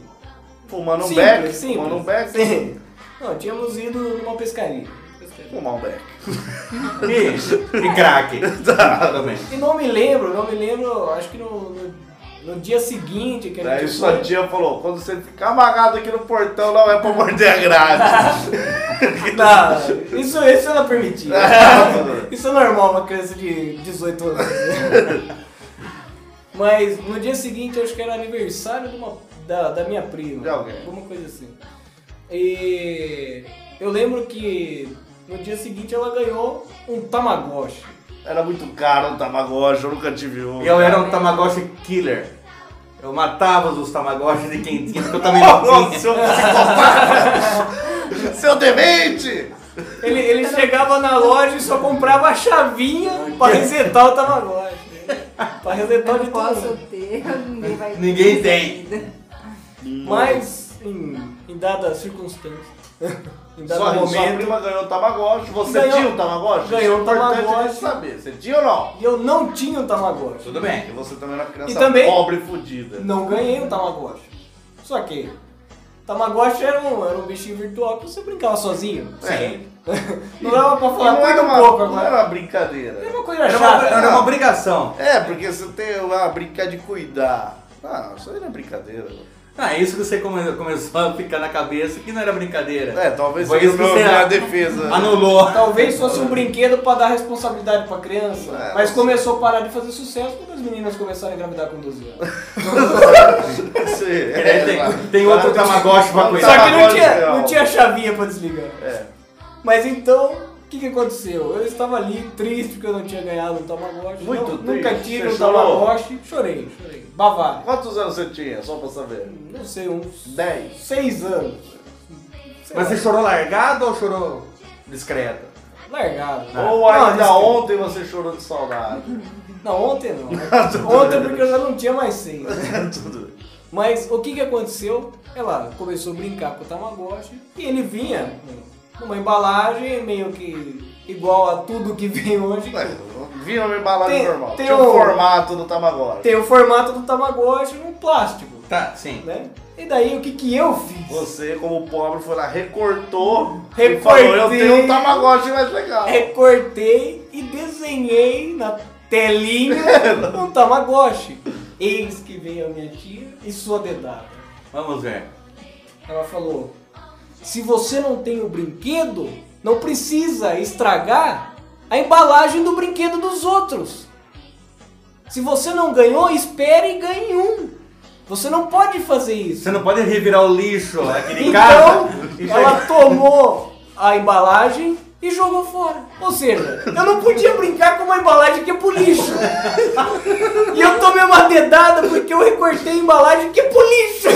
E: Fumando um
B: Simples,
E: beck.
B: simples.
E: Fumando um beck.
B: Sim. [laughs] Não, tínhamos ido numa pescaria. Pescaria.
E: Fumar um beck.
C: E,
B: [laughs]
C: e craque. Também.
B: E não me lembro, não me lembro, acho que no, no, no dia seguinte que a
E: Daí
B: gente
E: sua
B: foi.
E: tia falou: quando você ficar amarrado aqui no portão, não é pra morder
B: [laughs]
E: a grade.
B: Tá. Não, isso, isso ela permitia. [laughs] isso é normal, uma criança de 18 anos.
E: [laughs]
B: Mas no dia seguinte, acho que era aniversário de uma- da, da minha prima.
E: De alguém.
B: Alguma coisa assim. E eu lembro que no dia seguinte ela ganhou um Tamagotchi.
E: Era muito caro um Tamagotchi, eu nunca tive um.
C: Eu era um Tamagotchi killer. Eu matava os Tamagotchi de quem tinha, porque eu também
E: [laughs]
C: não tinha.
E: seu psicopata! seu demente!
B: Ele, ele chegava na loja e só comprava a chavinha pra resetar o Tamagotchi. Pra resetar
F: Eu
B: de
F: não
B: todo
F: posso
B: mundo.
F: ter, [laughs] ninguém vai ter.
C: Ninguém tem.
B: Mas em, em dada circunstância, [laughs] em dado
E: Sua, sua
B: momento,
E: prima ganhou um Tamagotchi, você
B: Ganhou-
E: tinha um Tamagotchi?
B: ganhou
E: Isso
B: um
E: é importante a gente
B: Tamagotchi.
E: saber. Você tinha ou não?
B: e eu não tinha um Tamagotchi.
C: Tudo
E: E
C: bem.
E: você também era uma criança
B: E também-
E: pobre e fodida.
B: Não ganhei um Tamagotchi. Só que Tamagotchi era um, era um bichinho virtual que você brincava sozinho. Sim. [laughs] não dava pra falar,
E: É. não,
B: cuida
E: era
B: um
E: uma,
B: pouco
E: não
B: agora.
E: era uma
B: Era
E: brincadeira.
B: uma coisa
C: Era uma,
B: chata. né?
C: era uma obrigação.
E: É, porque você tem uma brincar de cuidar. Ah, isso aí não é brincadeira.
C: Ah, isso que você come- começou a ficar na cabeça que não era brincadeira.
E: É, talvez
C: Foi
E: seja
C: isso que
E: meu-
C: você Ah,
E: minha defesa.
C: anulou.
B: Talvez fosse um brinquedo pra dar responsabilidade pra criança, mas
E: É, não sei.
B: começou a parar de fazer sucesso quando as meninas começaram a engravidar com 12 anos.
E: [laughs] Sim, é,
C: Ele tem- tem outro Tamagotchi pra
E: Não,
C: cuidar.
B: Só que não
E: Tamagotchi
B: tinha,
E: não.
B: não tinha chavinha pra desligar.
E: É.
B: Mas então, o que, que aconteceu? Eu estava ali triste porque eu não tinha ganhado um Tamagotchi.
E: Muito
B: Não-
E: triste.
B: Nunca tive
E: Você
B: um
E: chorou?
B: Tamagotchi. Chorei, chorei. Bavário.
E: Quantos anos você tinha, só pra saber?
B: Não sei, uns
E: Dez.
B: seis anos. Sei
C: Mas
B: lá,
C: você
E: é
C: chorou largado ou chorou discreto? Né?
B: largado.
E: um Ah. Ou
B: Não,
E: ainda
B: disse-
E: ontem você chorou de
C: [laughs]
E: saudade.
B: Não, ontem não.
E: [laughs]
B: ontem porque eu já não tinha mais seis.
E: Tudo.
B: Mas o que, que aconteceu? Ela começou a brincar com o Tamagotchi e ele vinha numa embalagem meio que igual a tudo que vem hoje.
E: Ué, Vinha uma embalagem
B: Tem-
E: normal.
B: tem
E: Tinha o
B: um-
E: formato do Tamagotchi.
B: Tem o formato do Tamagotchi num plástico.
C: Tá, sim.
B: né? E daí o que que eu fiz?
E: Você, como pobre, foi lá, recortou e
B: Recortei.
E: falou, eu tenho um Tamagotchi mais legal.
B: Recortei É, e desenhei na telinha um Tamagotchi. Eis que veio a minha tia e sua dedada.
C: Vamos ver.
B: Ela falou: se você não tem o brinquedo, não precisa estragar a embalagem do brinquedo dos outros. Se você não ganhou, espere e ganhe um. Você não pode fazer isso.
C: Você não pode revirar o lixo aqui de
B: Então,
C: casa. e
B: ela tomou a embalagem e jogou fora. Ou seja, eu não podia brincar com uma embalagem que é pro lixo. E eu tomei uma dedada porque eu recortei a embalagem que é pro lixo.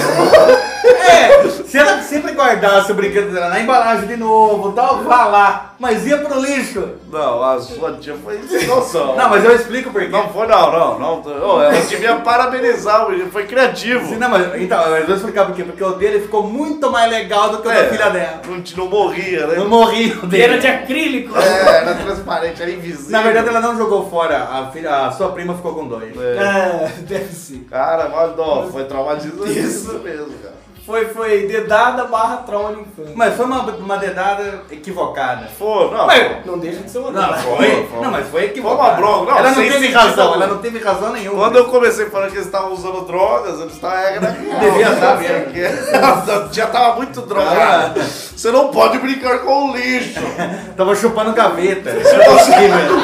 C: É, se ela sempre guardasse o brinquedo dela na embalagem de novo, tal, vá lá, mas ia pro lixo.
E: Não, a sua tia foi sem noção.
C: Não, mas eu explico por quê.
E: Não foi, não, não. não Ô, ela devia parabenizar, o menino foi criativo.
C: Se- não, mas, então, mas eu vou explicar por quê. Porque o dele ficou muito mais legal do que o
E: É,
C: da filha dela.
E: Não, te- não morria, né?
C: Eu morri o dele.
B: Era de acrílico.
E: É, era transparente, era invisível.
C: Na verdade, ela não jogou fora. A, filha, a sua prima ficou com dois.
E: É.
B: Ah, deve ser.
E: Cara, mas não, foi traumatizante. Isso mesmo, cara.
B: Foi, foi dedada barra trauma de infância.
C: Mas foi uma, uma dedada equivocada.
E: Pô, não.
C: Mas-
B: Não deixa de ser uma
C: Não,
B: dedada.
C: foi.
E: foi.
C: Não, mas foi equivocada.
E: Foi uma bronca. Não,
C: ela não
E: sem
C: teve
E: sentido
C: razão.
E: algum.
C: Ela não teve razão nenhuma.
E: Quando eu comecei falando que eles estavam usando drogas, eles estavam em regra real.
C: [laughs] Devia
E: Não
C: estar
E: sei
C: mesmo.
E: o quê. [laughs] Já tava muito
C: Ah.
E: drogado. Você não pode brincar com o lixo.
C: Tava chupando gaveta.
E: [laughs]
C: Isso é possível.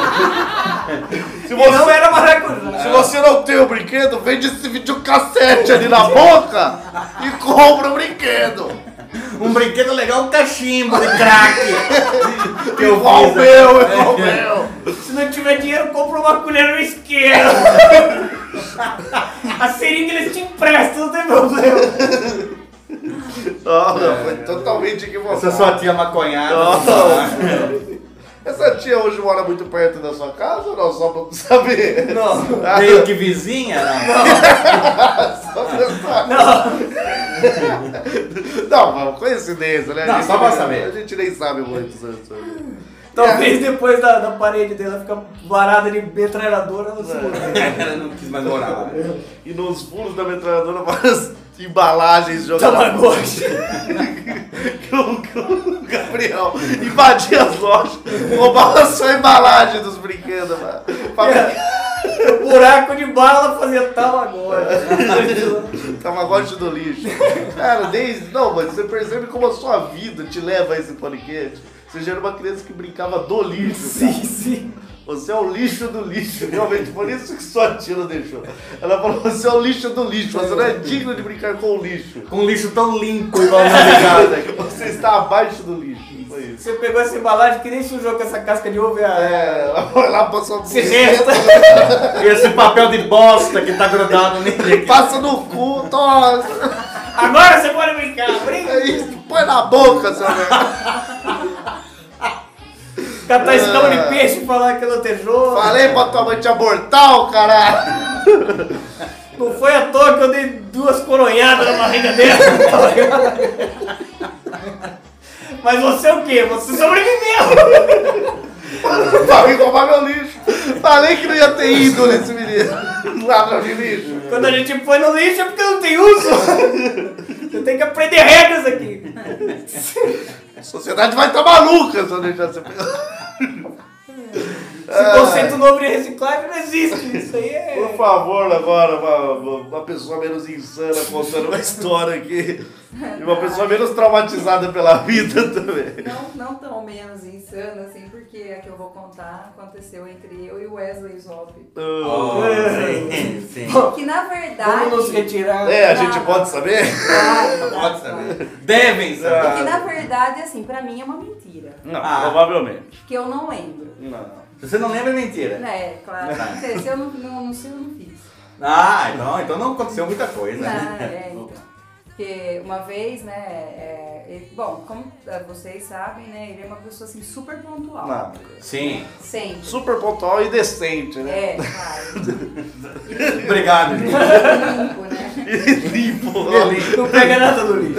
E: Se você,
C: Não era maracujá.
E: se você não tem o brinquedo, vende esse videocassete ali na boca e compra o brinquedo.
C: Um brinquedo legal, um cachimbo de crack. Que eu
E: Igual o
C: fiz, né?
E: meu, igual o
C: [laughs]
E: meu.
B: Se não tiver dinheiro, compra uma colher no isqueiro. [laughs] A seringa eles te emprestam, não tem problema.
E: Não, não, foi totalmente equivocado.
C: É, Essa sua tia maconhada.
E: Não. Essa tia hoje mora muito perto da sua casa ou não? Só pra saber.
B: Não,
E: Ah,
C: Meio que vizinha, né? não.
E: Só pra saber.
B: não.
E: Não, mas coincidência, né? A
C: Não,
E: gente
C: só pra
E: nem-
C: saber.
E: A gente nem sabe muito sobre
B: Talvez
E: É.
B: depois da, da parede dela ficar varada de metralhadora,
E: É.
B: ela se muda.
C: Ela não quis mais morar né? lá.
E: E nos fundos da metralhadora várias embalagens jogadas. [laughs]
B: Tamagotchi.
E: que, o, que o Gabriel invadia as lojas, roubava só a embalagem dos brinquedos, mano.
C: É.
E: Pra-
B: O buraco de bala fazia
E: [laughs]
B: Tamagotchi.
E: Tamagotchi Tá do lixo. Cara, desde. Não, mas você percebe como a sua vida te leva a esse podcast. Você já era uma criança que brincava do lixo. cara.
B: Sim, sim.
E: Você é o lixo do lixo. Realmente, por isso que sua tia não deixou. Ela falou: você é o lixo do lixo. Você não é digno de brincar com o lixo. é
C: Com um lixo tão limpo igual na ligada.
E: Você está abaixo do lixo. Foi isso.
B: Você pegou essa embalagem que nem sujou com essa casca de ovo e a...
E: É, ela foi lá, passou
B: Se resta.
C: Esse papel de bosta que tá
E: [laughs]
C: grudado nele.
E: Passa no cu, toma.
B: Agora você pode brincar. Brinca.
E: Aí, Põe na boca, seu merda.
B: Catar escama de
E: Ah.
B: peixe e falar que lotejou.
E: Falei pra tua mãe te abortar, o caralho.
B: Não foi à toa que eu dei duas coronhadas na barriga
E: [laughs]
B: dela. tá ligado? Mas você é o quê? Você sobreviveu!
E: Pra vir roubar meu lixo. Falei que não ia ter ídolo esse menino. Ladrão de lixo.
B: Quando a gente põe no lixo é porque não tem uso. [laughs] Você tem que aprender regras aqui.
E: A sociedade vai estar maluca se eu deixar você pegar.
B: Esse conceito novo de reciclagem não existe. Isso aí
E: Por
B: é.
E: favor, agora, uma, uma- uma pessoa menos insana contando uma história aqui. E uma pessoa menos traumatizada pela vida também.
F: Não, não tão menos insana, assim, porque a que eu vou contar aconteceu entre eu e o Wesley
C: [coughs]
F: Zop.
C: Oh, sim, sim.
F: Que na verdade.
B: Vamos nos retirar.
E: É, a gente pode saber?
F: Claro,
C: tá Pode saber. Devem saber.
F: Porque na verdade, assim, pra mim é uma mentira.
E: Não,
C: Ah.
E: provavelmente.
F: Que eu não lembro.
E: Não.
C: Se você não lembra, é mentira.
F: É, claro. Não sei, se eu não, não, não sei, eu não fiz.
C: Ah, então, então não aconteceu muita coisa. né?
F: Ah, é, então. Porque uma vez, né, é, ele- bom, como eh, vocês sabem, né, ele é uma pessoa assim super pontual.
E: Não.
C: Sim.
F: Sempre.
E: Super pontual e decente, né? [laughs]
F: É, claro.
C: Obrigado, gente.
F: Limpo,
E: [laughs]
F: né?
E: Limpo.
B: Não pega nada do lixo.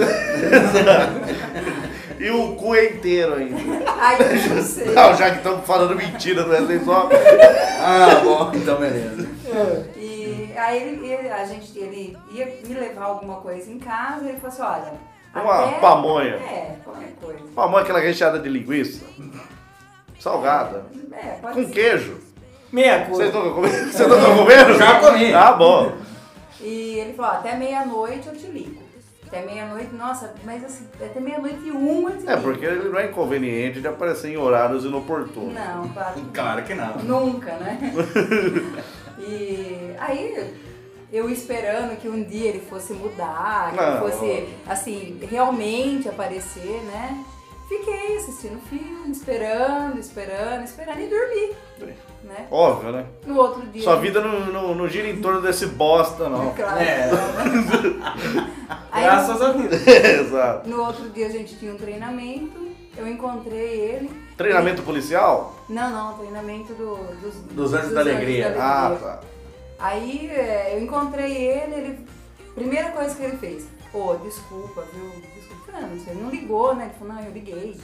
E: E o cu é inteiro ainda.
F: Ai, eu não sei.
E: Não, já que estamos falando mentira, não é nem só.
C: Ah, bom, então beleza.
F: E aí ele, ele- a gente, ele ia me levar alguma coisa em casa, ele falou assim, olha...
E: Uma pamonha.
F: É, qualquer coisa.
E: Mamãe, aquela recheada de linguiça. Salgada.
F: É, pode
E: Com
F: ser.
E: queijo.
B: Meia coisa.
E: Vocês nunca comeram? [laughs] Vocês nunca comeram?
C: Já comi.
E: Ah, bom.
F: E ele falou, ó, até meia-noite eu te ligo. Até meia-noite, nossa, mas assim, até meia-noite e uma eu te
E: É,
F: ligo.
E: porque ele não é inconveniente de aparecer em horários inoportunos.
F: Não, claro. que não.
C: Claro que não.
F: Nunca, né? [laughs] e aí eu esperando que um dia ele fosse mudar, que
E: Não.
F: fosse, assim, realmente aparecer, né? Fiquei assistindo filme, esperando, esperando, esperando e dormi, né?
E: Óbvio, né?
F: No outro dia...
E: Sua vida não, não, não gira em torno desse bosta, não.
F: Claro.
C: É.
F: [laughs] Aí,
B: Graças a Deus.
E: [laughs] Exato.
F: no outro dia a gente tinha um treinamento, eu encontrei ele.
E: Treinamento policial?
F: Não, não, treinamento do, dos,
C: Dos Anjos da Alegria.
E: Ah, tá.
F: Aí é, eu encontrei ele, ele. Primeira coisa que ele fez, pô, desculpa, viu? Desculpa, não, você não ligou, né? Ele falou, não, eu liguei.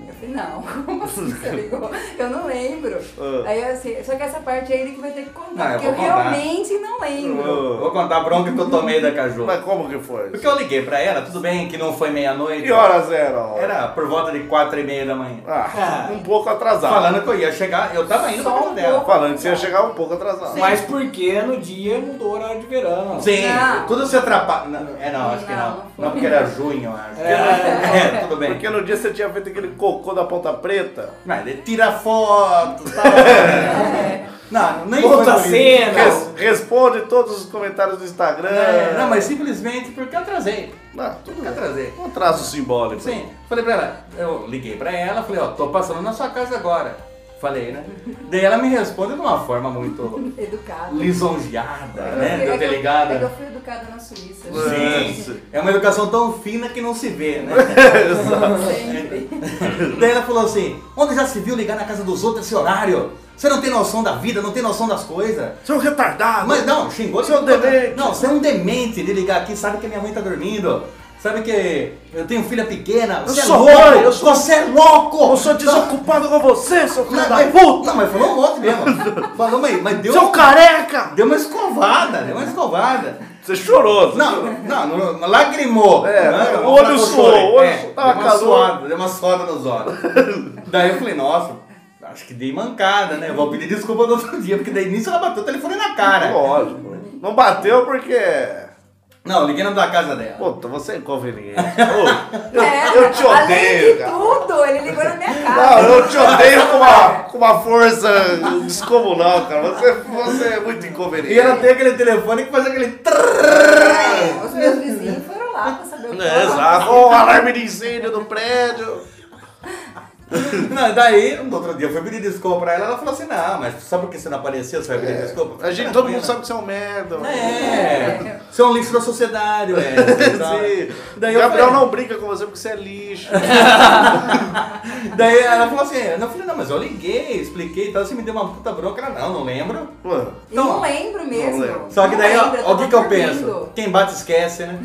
F: Eu falei, não, [laughs] como assim você ligou? Eu
C: [laughs]
F: não lembro.
E: Ah.
F: Aí eu assim, só que essa parte aí ele que vai ter que contar,
C: Não, eu
F: porque eu,
C: vou contar.
F: realmente não lembro.
C: Eu Vou contar a bronca que eu tomei da Caju.
E: Mas como que foi?
C: Porque eu liguei pra ela, tudo bem que não foi meia-noite.
E: Que horas eram?
C: Era por volta de quatro e meia da manhã.
E: Ah, um pouco atrasado.
C: Falando que eu ia chegar, eu tava indo pra
F: Só
C: casa
F: um
C: dela.
E: Falando que você ia chegar um pouco atrasado.
B: Mas porque no dia mudou o horário de verão.
C: Sim,
F: Não.
C: tudo se atrapalha. Não, é, não, acho que
F: Não,
C: não.
F: não foi.
C: Não, porque era junho, eu acho.
B: É.
C: [laughs] É, tudo bem.
E: Porque no dia você tinha feito aquele cocô da ponta preta.
C: Mas ele tira foto,
F: [laughs]
C: tal. Não, nem foi
B: Outra
C: por isso.
B: cena.
E: Res- responde todos os comentários do Instagram.
C: É, não, mas simplesmente porque eu atrasei.
E: Não, tudo
C: Porque
E: bem.
C: eu atrasei.
E: Um traço simbólico.
C: Sim, falei pra ela, eu liguei pra ela, falei, ó, tô passando na sua casa agora. Falei, né? Daí ela me responde de uma forma muito
F: Educado.
C: lisonjeada, né?
F: É
C: De eu ter
F: que eu- É que eu
C: ligado.
F: fui educada na Suíça.
C: Sim, é uma educação tão fina que não se vê,
E: [laughs]
C: né?
F: [laughs]
C: [laughs]
F: Sempre.
C: Daí ela falou assim, onde já se viu ligar na casa dos outros esse horário? Você não tem noção da vida, não tem noção das coisas.
E: Você é um retardado.
C: Mas não, xingou
E: Você é um demente.
C: Não, você é um demente de ligar aqui, sabe que minha mãe tá dormindo. Sabe que eu tenho filha pequena, você
E: sou
C: é louco,
E: mãe, eu sou-
C: você é louco!
E: Eu sou desocupado com você, seu filho
C: Não,
E: da
C: mas,
E: puta.
C: não, mas falou um monte mesmo. Falou, [laughs] mas, mas deu,
E: Seu careca.
C: deu uma escovada, deu uma escovada.
E: Você chorou. você
C: Não,
E: chorou.
C: não, não, não lagrimou.
E: É,
C: Não,
E: o olho
C: não
E: suou,
C: chorei.
E: o olho
C: É,
E: suou,
C: deu
E: tava
C: uma
E: calor.
C: suada, deu uma suada
E: [laughs]
C: nos olhos. daí eu falei, nossa, acho que dei mancada, né? Vou pedir desculpa no outro dia, porque daí nisso ela bateu o telefone na cara.
E: Lógico. Não bateu porque...
C: Não, eu liguei na da casa dela.
E: Puta, você é inconveniente. Ô, eu,
F: É,
E: eu te
F: Além
E: odeio,
F: de
E: cara.
F: tudo, ele ligou na
C: [laughs]
F: minha
E: Não,
F: cara.
E: eu te odeio com uma, com uma força descomunal, cara. Você, você é muito inconveniente.
C: E ela tem aquele telefone que faz aquele... trrr.
F: É, Os meus vizinhos foram lá pra saber o que
E: É,
F: era.
E: exato. Ó, O alarme de incêndio do prédio.
C: Não, daí, no outro dia, eu fui pedir desculpa pra ela, ela falou assim, não, mas sabe por que você não apareceu? Você vai pedir desculpa?
E: É, A gente, todo mundo sabe que você é um merda.
C: É, você é um lixo da
E: [laughs]
C: sociedade, velho. e tal.
E: Sim.
C: Daí eu
E: Gabriel
C: falei-
E: não brinca com você porque você é lixo.
C: Daí ela falou assim, eu falei, não, mas eu liguei, expliquei e tal, você me deu uma puta bronca, ela, não, não lembro.
E: Mano,
F: E não
C: Então,
F: lembro mesmo.
E: lembro.
C: Só que
F: Não
C: daí, ó,
F: lembro,
C: ó, o que
F: tava
C: que eu
F: dormindo.
C: penso? Quem bate esquece,
F: [laughs]
C: né?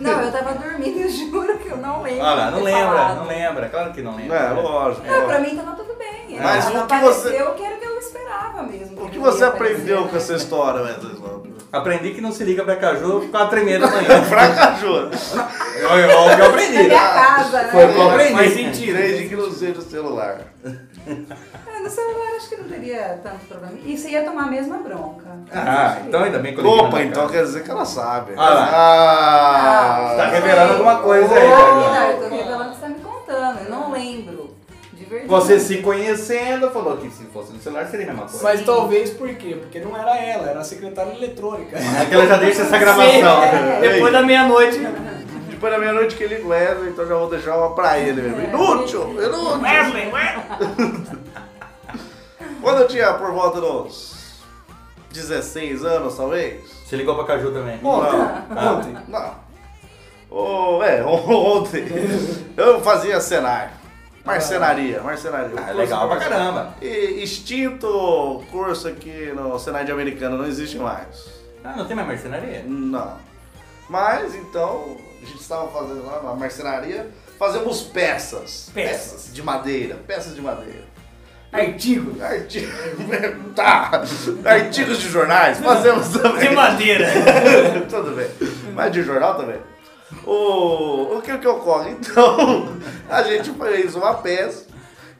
F: Não, eu tava dormindo, [laughs] eu juro que eu não lembro.
C: Olha lá,
F: de
C: não
F: ter
C: lembra,
F: falado.
C: não lembra, claro que não lembra.
E: é,
C: né?
E: lógico.
F: Não, pra
E: lógico.
F: mim tava tudo bem.
E: Mas
F: Ela
E: o que você-
F: apareceu que era o que eu esperava mesmo.
E: O que
F: ele
E: você
F: ia aparecer,
E: aprendeu
F: né?
E: com essa história, Wesley?
C: Aprendi que não se liga pra Caju quatro e meia da manhã. [laughs]
E: Fraca jura.
C: Eu, eu, eu, eu
F: Na
C: aprendi.
F: minha casa, né?
C: Foi o que eu aprendi.
B: Faz sentido.
E: Tirei de que não seja o celular.
F: Ah, no celular acho que não teria tanto problema. E você ia tomar a mesma bronca.
C: Ah, então ainda bem que eu liguei na
E: Opa,
C: minha
E: então
C: casa.
E: quer dizer que ela sabe.
C: Ah lá.
E: Ah,
C: Tá revelando alguma coisa aí,
F: Não, não,
C: Gabriel.
F: eu tô revelando o que você tá me contando. Eu não lembro. De verdade.
C: Você se conhecendo, falou que se fosse no celular seria a mesma coisa.
B: Mas talvez por quê? Porque não era ela, era a secretária eletrônica.
C: É que ela já deixa essa gravação.
F: Sim.
B: Depois da meia-noite.
E: Depois da Tipo, meia-noite que ele Wesley, então já vou deixar uma pra ele mesmo. Inútil! Inútil!
B: Wesley, Wesley.
E: [laughs] Quando eu tinha por volta dos 16 anos, talvez.
C: Você ligou pra Caju também.
E: Não, ontem. Não. Oh, é, [laughs] ontem. Eu fazia cenário. Marcenaria, marcenaria. Um
C: Ah, é
E: curso
C: legal pra
E: marcenaria.
C: caramba.
E: E extinto curso aqui no cenário de americano, não existe mais.
C: Ah, não tem mais marcenaria?
E: Não. Mas então, a gente estava fazendo lá na marcenaria, fazemos peças.
B: Peças.
E: de madeira, peças de madeira.
B: Artigo.
E: Arti- [laughs] tá. Artigos de jornais, fazemos também.
B: De madeira.
E: [laughs] Tudo bem. Mas de jornal também. O, o que que ocorre? [laughs] Então, a gente fez uma peça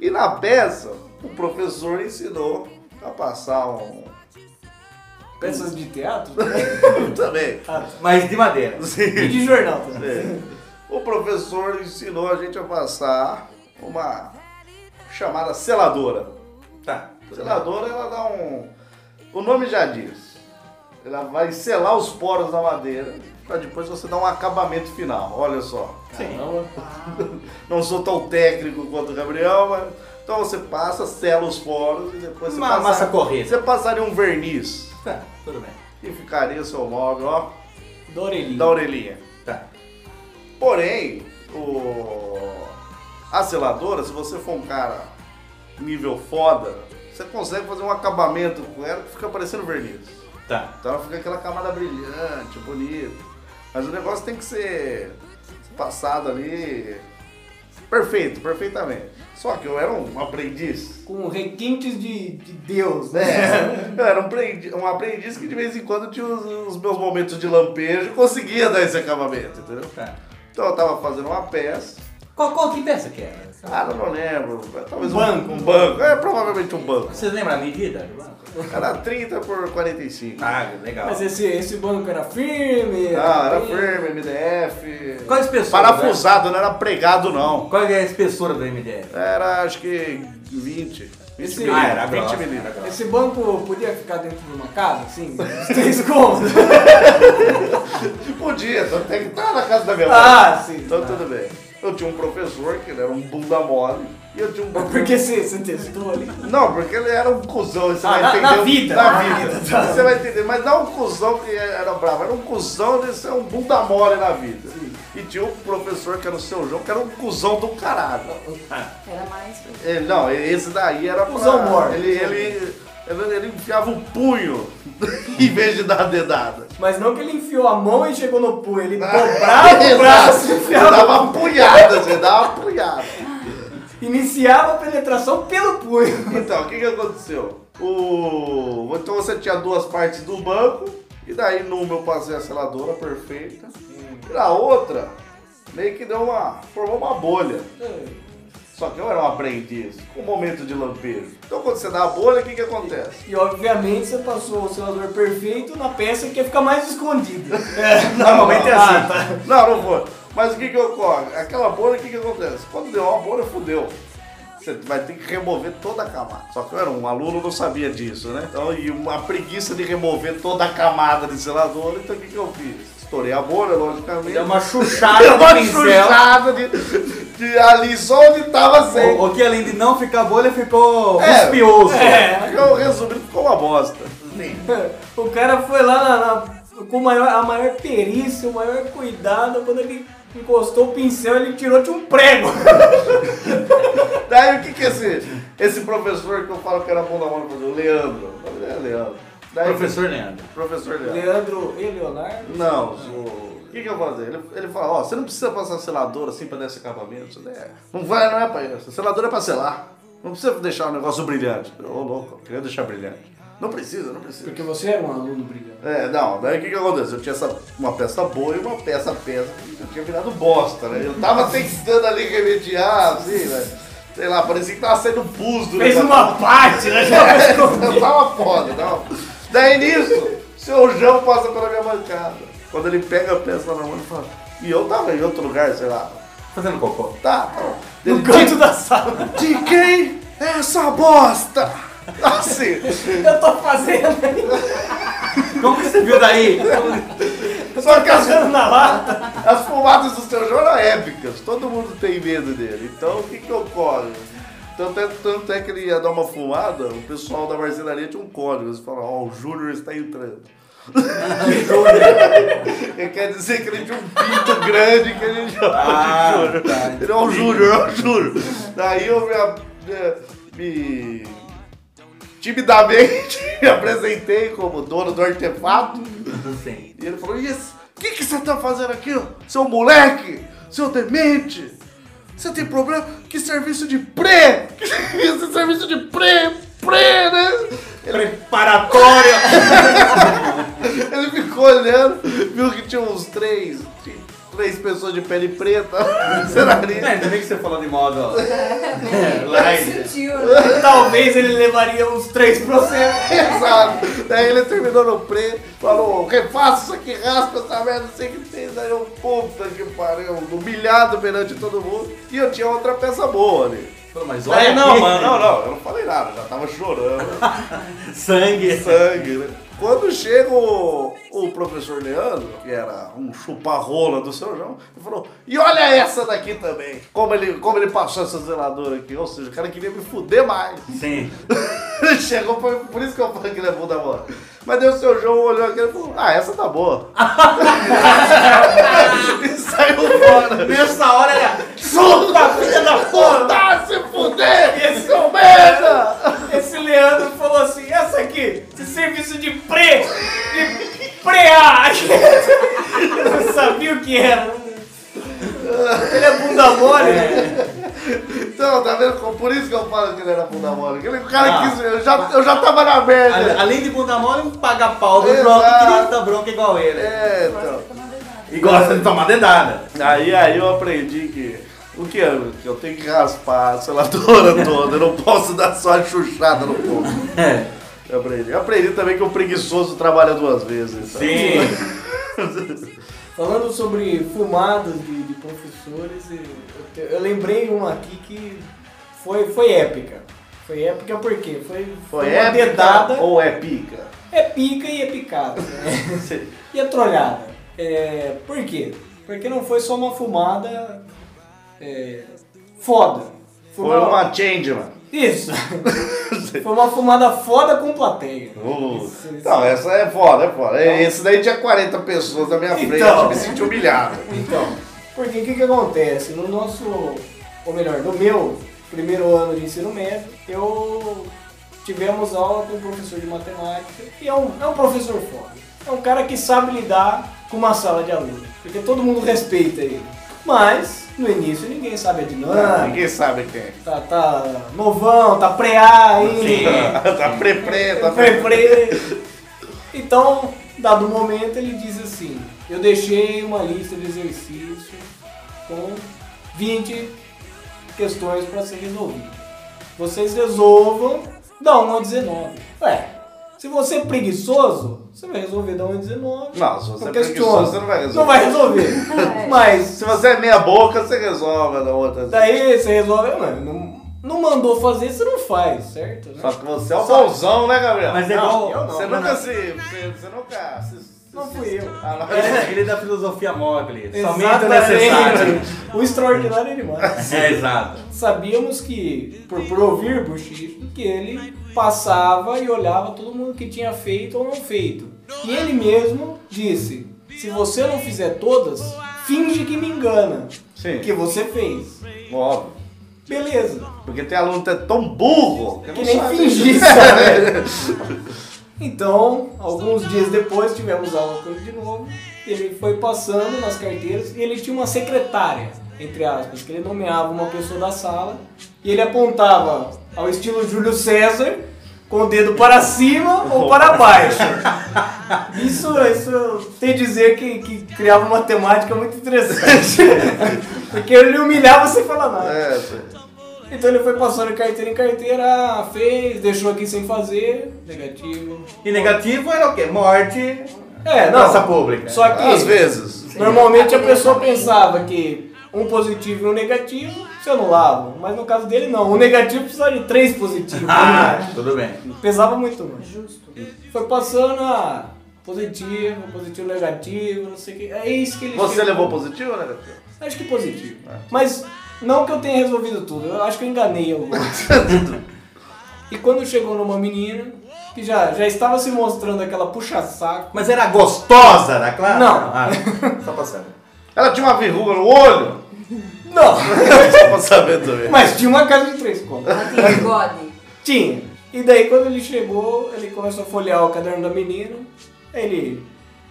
E: e na peça o professor ensinou a passar um. [laughs]
B: Peças de teatro
E: também.
C: Mas de madeira.
B: e de jornal também.
E: É. O professor ensinou a gente a passar uma chamada seladora.
C: Tá.
E: Seladora, ela dá um. O nome já diz. Ela vai selar os poros da madeira pra depois você dar um acabamento final. Olha só. Não sou tão técnico quanto o Gabriel, mas. Então você passa, sela os poros e depois você
C: Uma massa correta.
E: Você passaria um verniz
C: Tá, tudo bem.
E: e ficaria o seu móvel, ó,
B: Da orelhinha.
E: da orelhinha.
C: Tá.
E: Porém, o... a seladora, se você for um cara nível foda, você consegue fazer um acabamento com ela que fica parecendo verniz.
C: Tá.
E: Então ela fica aquela camada brilhante, bonita. Mas o negócio tem que ser passado ali Perfeito, perfeitamente. Só que eu era um aprendiz. [laughs]
B: Com requintes de, de Deus, né?
E: É, eu era um aprendi- um aprendiz, que de vez em quando tinha os, os meus momentos de lampejo e conseguia dar esse acabamento, entendeu?
C: Tá.
E: Então eu tava fazendo uma peça.
C: Qual, qual que peça que era?
E: Ah, eu não lembro. Talvez
C: Um banco.
E: Um banco. É, provavelmente um banco.
C: Vocês lembram a medida?
E: Era 30 por 45.
C: Ah, legal.
B: Mas esse, esse banco era firme?
E: Ah, era firme, MDF.
C: Quais pessoas,
E: Parafusado, não era pregado, não.
C: Qual que é a espessura do MDF?
E: Era acho que 20. 20
B: Esse-
E: milímetros.
B: Ah,
C: era
E: 20
C: grossa,
E: milímetros.
C: era
B: Esse banco podia ficar dentro de uma casa, assim? Uns três cômodos? [laughs]
E: Podia, tanto é que tá na casa da minha mãe.
B: ah, sim.
E: Então tudo bem. Eu tinha um professor que ele era um bunda mole. E eu tinha um
B: Por que você, você testou ali?
E: Não, porque ele era um cuzão, você
B: Ah,
E: vai
B: na-
E: entender. um-
B: na vida.
E: Na
B: Ah,
E: vida.
B: tá.
E: Você vai entender. Mas não um cuzão que era bravo, era um cuzão de ser um bunda mole na vida. E tinha um professor que era o seu João, que era um cuzão do caralho.
F: Era mais pra
E: Ele, É, não, esse daí era pra-
B: Cusão morto.
E: Ele, ele, ele, ele enfiava o punho [laughs] em vez de dar a dedada.
B: Mas não que ele enfiou a mão e chegou no punho, ele
E: [laughs]
B: dobrava Ah, o braço,
E: Ele
B: enfiava, um
E: dava uma punhada, assim, dava uma punhada.
B: iniciava a penetração pelo punho. [laughs]
E: Então, o que que aconteceu? O... Então você tinha duas partes do banco, e daí numa eu passei a seladora perfeita, e na outra, meio que deu uma... formou uma bolha. Só que eu era um aprendiz, com um momento de lampejo. Então quando você dá a bolha, o que que acontece?
B: E obviamente você passou o selador perfeito na peça que ia ficar mais
E: [laughs]
B: escondida.
E: Normalmente é assim.
B: Ah, tá.
E: [laughs] Não, não foi. Mas o que que ocorre? Aquela bolha, o que que acontece? Quando deu uma bolha, fudeu. Você vai ter que remover toda a camada. Só que eu era um aluno, não sabia disso, né? Então, e uma preguiça de remover toda a camada de selador, então o que que eu fiz? Estourei a bolha, logicamente.
C: Deu É uma
E: [laughs]
C: chuchada
E: Deu É uma
C: de pincel.
E: chuchada de, de ali só onde tava sem.
C: O, o que além de não ficar bolha, ficou
E: É.
C: espioso. É.
E: Aí Eu resumi, ficou uma bosta.
B: [laughs] O cara foi lá na- na- com maior- a maior perícia, o maior cuidado. Quando ele encostou o pincel, ele tirou de um prego. [laughs]
E: Daí o que que esse, esse professor que eu falo que era bom da mão, o Leandro. É, Leandro. Daí,
C: Professor Leandro.
E: Professor Leandro.
B: Leandro e Leonardo.
E: Não, o que, que eu vou fazer? Ele, ele fala, ó, você não precisa passar selador assim pra dar esse acabamento, né? Não vai, não é pra isso. Selador é pra selar. Não precisa deixar o negócio brilhante. Ô, louco, eu queria deixar brilhante. Não precisa, não precisa.
B: Porque você era um aluno brilhante.
E: É, não, daí o que que aconteceu? Eu tinha essa, uma peça boa e uma peça péssima. Eu tinha virado bosta, né? Eu tava tentando ali remediar, assim, né? Sei lá, parecia que tava saindo pus do
B: Fez
E: negócio.
B: uma parte, né? Já vai esconder.
E: Eu É, tava foda, tava. Daí nisso, seu João passa pela minha bancada. Quando ele pega a peça na mão, ele fala. E eu tava em outro lugar, sei lá.
C: Fazendo cocô.
E: Tá, tá. Ele,
B: no canto da sala.
E: de, de quem é essa bosta? Assim.
B: [laughs] Eu tô fazendo,
C: Como que você viu daí?
B: tá
E: Só que assim, as,
B: fazendo na lata.
E: as fumadas do seu João eram épicas. Todo mundo tem medo dele. Então o que que ocorre? Tanto é, tanto é que ele ia dar uma fumada, o pessoal da marcenaria tinha um código. Eles falavam, ó, o Júnior está entrando. [laughs] Ele Quer dizer que ele tinha um pinto grande que ele
C: Ah,
E: jogava de Júnior.
C: tá,
E: ele é um Júnior, é um Júnior. Daí eu me, a- me- me- timidamente [laughs] me apresentei como dono do artefato.
C: Sim.
E: E ele falou, e esse- o que, que você tá fazendo aqui, ó? seu moleque? Seu demente? Você tem problema? Que serviço de pré! [laughs] Esse serviço de pré, pré, né?
C: Preparatória.
E: [laughs] Ele ficou olhando, viu que tinha uns três, três pessoas de pele preta na
C: É,
E: cenaria.
C: ainda bem que você falou de É, modo
F: Ele
C: light.
F: sentiu, né?
B: Talvez ele levaria uns três processos.
E: [laughs] Exato. Daí ele terminou no preto, falou, refaça isso aqui, raspa essa merda, não sei o que tem. Daí eu, puta que pariu, humilhado perante todo mundo. E eu tinha outra peça boa ali.
C: Falou, Mas
E: Daí,
C: olha
E: não, [laughs]
C: aqui.
E: mano, não, não, eu não falei nada, eu já tava [laughs] chorando,
C: Sangue.
E: sangue, né? Quando chega o, o professor Leandro, que era um chupa-rola do seu João, ele falou, e olha essa daqui também. Como ele, como ele passou essa zeladora aqui, ou seja, o cara queria me fuder mais.
C: Sim.
E: Ele [laughs] Chegou, foi por isso que eu falei que ele é bom da bola. Mas daí o seu João olhou aqui e falou, ah, essa tá
C: [laughs]
E: boa. [laughs] e saiu fora.
C: Nessa hora era.
E: Solta, filha da puta, se fuder, seu merda!
B: Esse Leandro falou assim, essa aqui, esse serviço de pre, de prear. [laughs] Eu não sabia o que era. Ele é bunda mole, né?
E: Então, eu- tá por isso que eu falo que ele era bunda mole. Aquele cara
C: Ah.
E: quis. Eu já, eu já tava na
C: A-
E: merda.
C: Além de bunda mole, um paga pau do
E: Exato.
C: bronca, queria dar bronca tá igual ele.
E: É,
F: Agora
E: então.
F: fica na verdade.
C: E gosta de tomar dedada.
E: Aí, aí eu aprendi que. O que é? Que eu tenho que raspar a seladora [laughs] toda. Eu não posso dar só a chuchada no povo.
C: É.
E: Eu aprendi. Eu aprendi também que o preguiçoso trabalha duas vezes. então.
C: Sim.
B: Falando sobre fumadas de, de professores, e eu, te- eu lembrei uma aqui que foi, foi épica. Foi épica por quê? Foi,
E: Foi
B: uma
E: épica
B: dedada.
E: ou é pica?
B: É pica e é picada. né? [laughs] e a trolhada. É, por quê? Porque não foi só uma fumada é, foda.
E: Foi
B: Fumada-
E: uma change, mano. [laughs]
B: Isso! foi uma fumada foda com plateia. Isso, isso.
E: Então, essa é foda, é foda. Esse daí tinha 40 pessoas na minha frente,
B: Então.
E: eu me senti humilhado.
B: Então, porque o que, que acontece? No nosso, ou melhor, no meu primeiro ano de ensino médio, eu tivemos aula com um professor de matemática, que é um, é um professor foda. É um cara que sabe lidar com uma sala de aluno, porque todo mundo respeita ele. Mas, no início, ninguém sabe a dinâmica.
E: Ninguém sabe quem [laughs] é.
B: Tá, tá novão, tá pré-A ainda.
E: Tá pre-pre, tá
B: Foi
E: pre
B: preso. Então, dado momento, ele diz assim: Eu deixei uma lista de exercícios com 20 questões para ser resolvidas. Vocês resolvam da 1 a 19. Ué, se você é preguiçoso, você vai resolver da 1 a 19.
E: Não, se você
B: Não questiona.
E: é preguiçoso, você não vai resolver.
B: Não vai resolver.
F: É.
B: Mas
E: Se você é meia boca, você resolve na outra.
B: daí você resolve, mano. Não, não mandou fazer, você não faz, certo? né?
E: Só que você é um bonzão, né, Gabriel?
C: Mas é
E: Não,
C: igual-
E: eu não, Você
C: não,
E: nunca
C: não.
E: se. Você, você nunca. se- se-
B: Não fui eu.
E: Ah, não.
C: Ele, ele é da filosofia mobile. Somente o necessário.
B: Exatamente. O extraordinário é demais.
C: É, exato.
B: Sabíamos que, por, por ouvir Bush, que ele passava e olhava todo mundo que tinha feito ou não feito. E ele mesmo disse: se você não fizer todas, finge que me engana.
E: Sim.
B: Que você fez.
E: [laughs] Óbvio.
B: Beleza.
E: Porque tem aluno que é tão burro
B: Que
E: não
B: nem né?
E: sabe.
B: [laughs]
E: [laughs]
B: fingir, sabe? [laughs] Então, alguns dias depois tivemos aula com ele de novo. Ele foi passando nas carteiras e ele tinha uma secretária, entre aspas, que ele nomeava uma pessoa da sala e ele apontava ao estilo Júlio César com o dedo para cima ou para baixo. Isso, isso tem dizer que, que criava uma temática muito [laughs] interessante. Porque ele humilhava sem falar nada.
E: É, sim.
B: Então ele foi passando carteira em carteira, ah, fez, deixou aqui sem fazer, negativo.
C: E negativo era o quê? Morte.
B: É, não.
C: Praça pública.
B: Só que
E: Às vezes.
B: normalmente a pessoa pensava que um positivo e um negativo, você não lava. Mas no caso dele não. O negativo precisava de três positivos.
C: Ah, tudo bem.
B: Pesava muito mais. Justo. Foi passando a positivo, positivo, negativo, não sei o que. É isso que ele
E: Você
B: chegou.
E: levou positivo né? ou negativo?
B: Acho que positivo. Mas não que eu tenha resolvido tudo, eu acho que eu enganei alguns. e quando chegou numa menina que já, já estava se mostrando aquela puxa-saco.
C: Mas era gostosa da classe?
B: Não.
C: Ah, só passando.
E: Ela tinha uma verruga no olho?
B: Não!
E: Só pra saber
B: [laughs]
E: também.
B: Mas tinha uma casa de três contas.
F: Ela tem bigode.
B: Tinha. E daí quando ele chegou, ele começou a folhear o caderno da menina. Ele.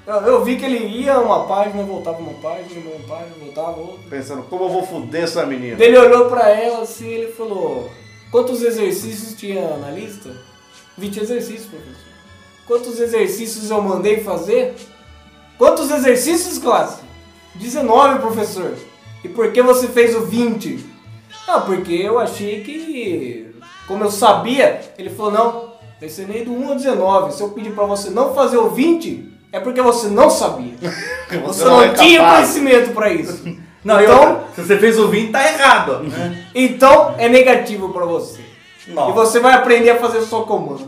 B: Eu, eu vi que ele ia uma página, voltava uma página, uma página, voltava outra.
E: Pensando, como eu vou foder essa menina?
B: Ele olhou pra ela assim ele falou: Quantos exercícios tinha na lista? 20 exercícios, professor. Quantos exercícios eu mandei fazer? Quantos exercícios, classe? 19, professor. E por que você fez o 20? Ah, porque eu achei que. Como eu sabia, ele falou: Não, ensinei do 1 ao 19. Se eu pedir pra você não fazer o 20, é porque você não sabia. Você, não,
E: é
B: tinha
E: capaz.
B: conhecimento pra isso.
C: Não,
B: então,
C: eu, se você fez o vinho, tá errado.
B: então é negativo pra você.
C: Nossa.
B: E você vai aprender a fazer só comando.
E: [laughs]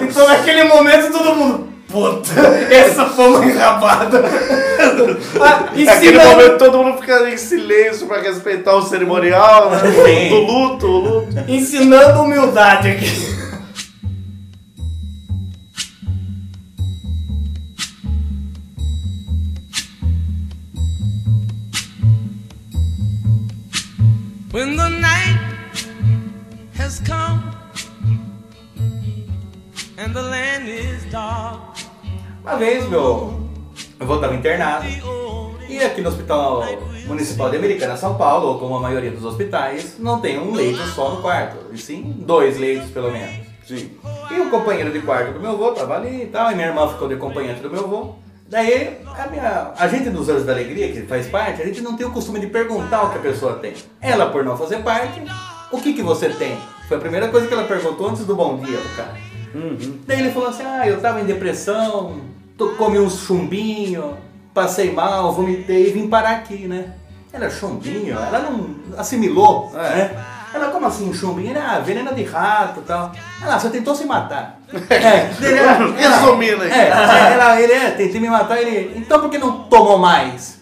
B: então naquele momento todo mundo. Puta, essa foi uma
E: [laughs]
B: enrabada. Ah, e se
E: Naquele
B: não-
E: É momento todo mundo fica em silêncio pra respeitar o cerimonial, né?
C: Sim.
E: Do luto, o luto.
B: ensinando humildade aqui.
G: When the night has come and the land is dark,
C: Uma vez, meu, eu voltava internado.
G: the old
C: E aqui no Hospital Municipal de Americana, São Paulo, ou como a maioria dos hospitais, não tem um leito só no quarto, e sim dois leitos pelo menos.
E: Sim.
C: E o companheiro de quarto do meu avô tava ali e tal, e minha irmã ficou de acompanhante do meu avô. Daí, a, minha, a gente dos Anjos da Alegria, que faz parte, a gente não tem o costume de perguntar o que a pessoa tem. Ela, por não fazer parte, o que que você tem? Foi a primeira coisa que ela perguntou antes do bom dia pro cara. Daí ele falou assim, ah, eu tava em depressão, tô, comi uns chumbinho, passei mal, vomitei e vim parar aqui, né? Ela chumbinho, ela não assimilou,
E: É.
C: né? Ela, como assim, chumbinho? Ah, veneno de rato e tal. Ela "Ah, só tentou
E: [laughs]
C: se matar. É, dele, ela- ela-
E: Resumindo aí.
C: É, ela, ele é, tentei me matar, ele. Então por que não
E: [laughs]
C: tomou mais?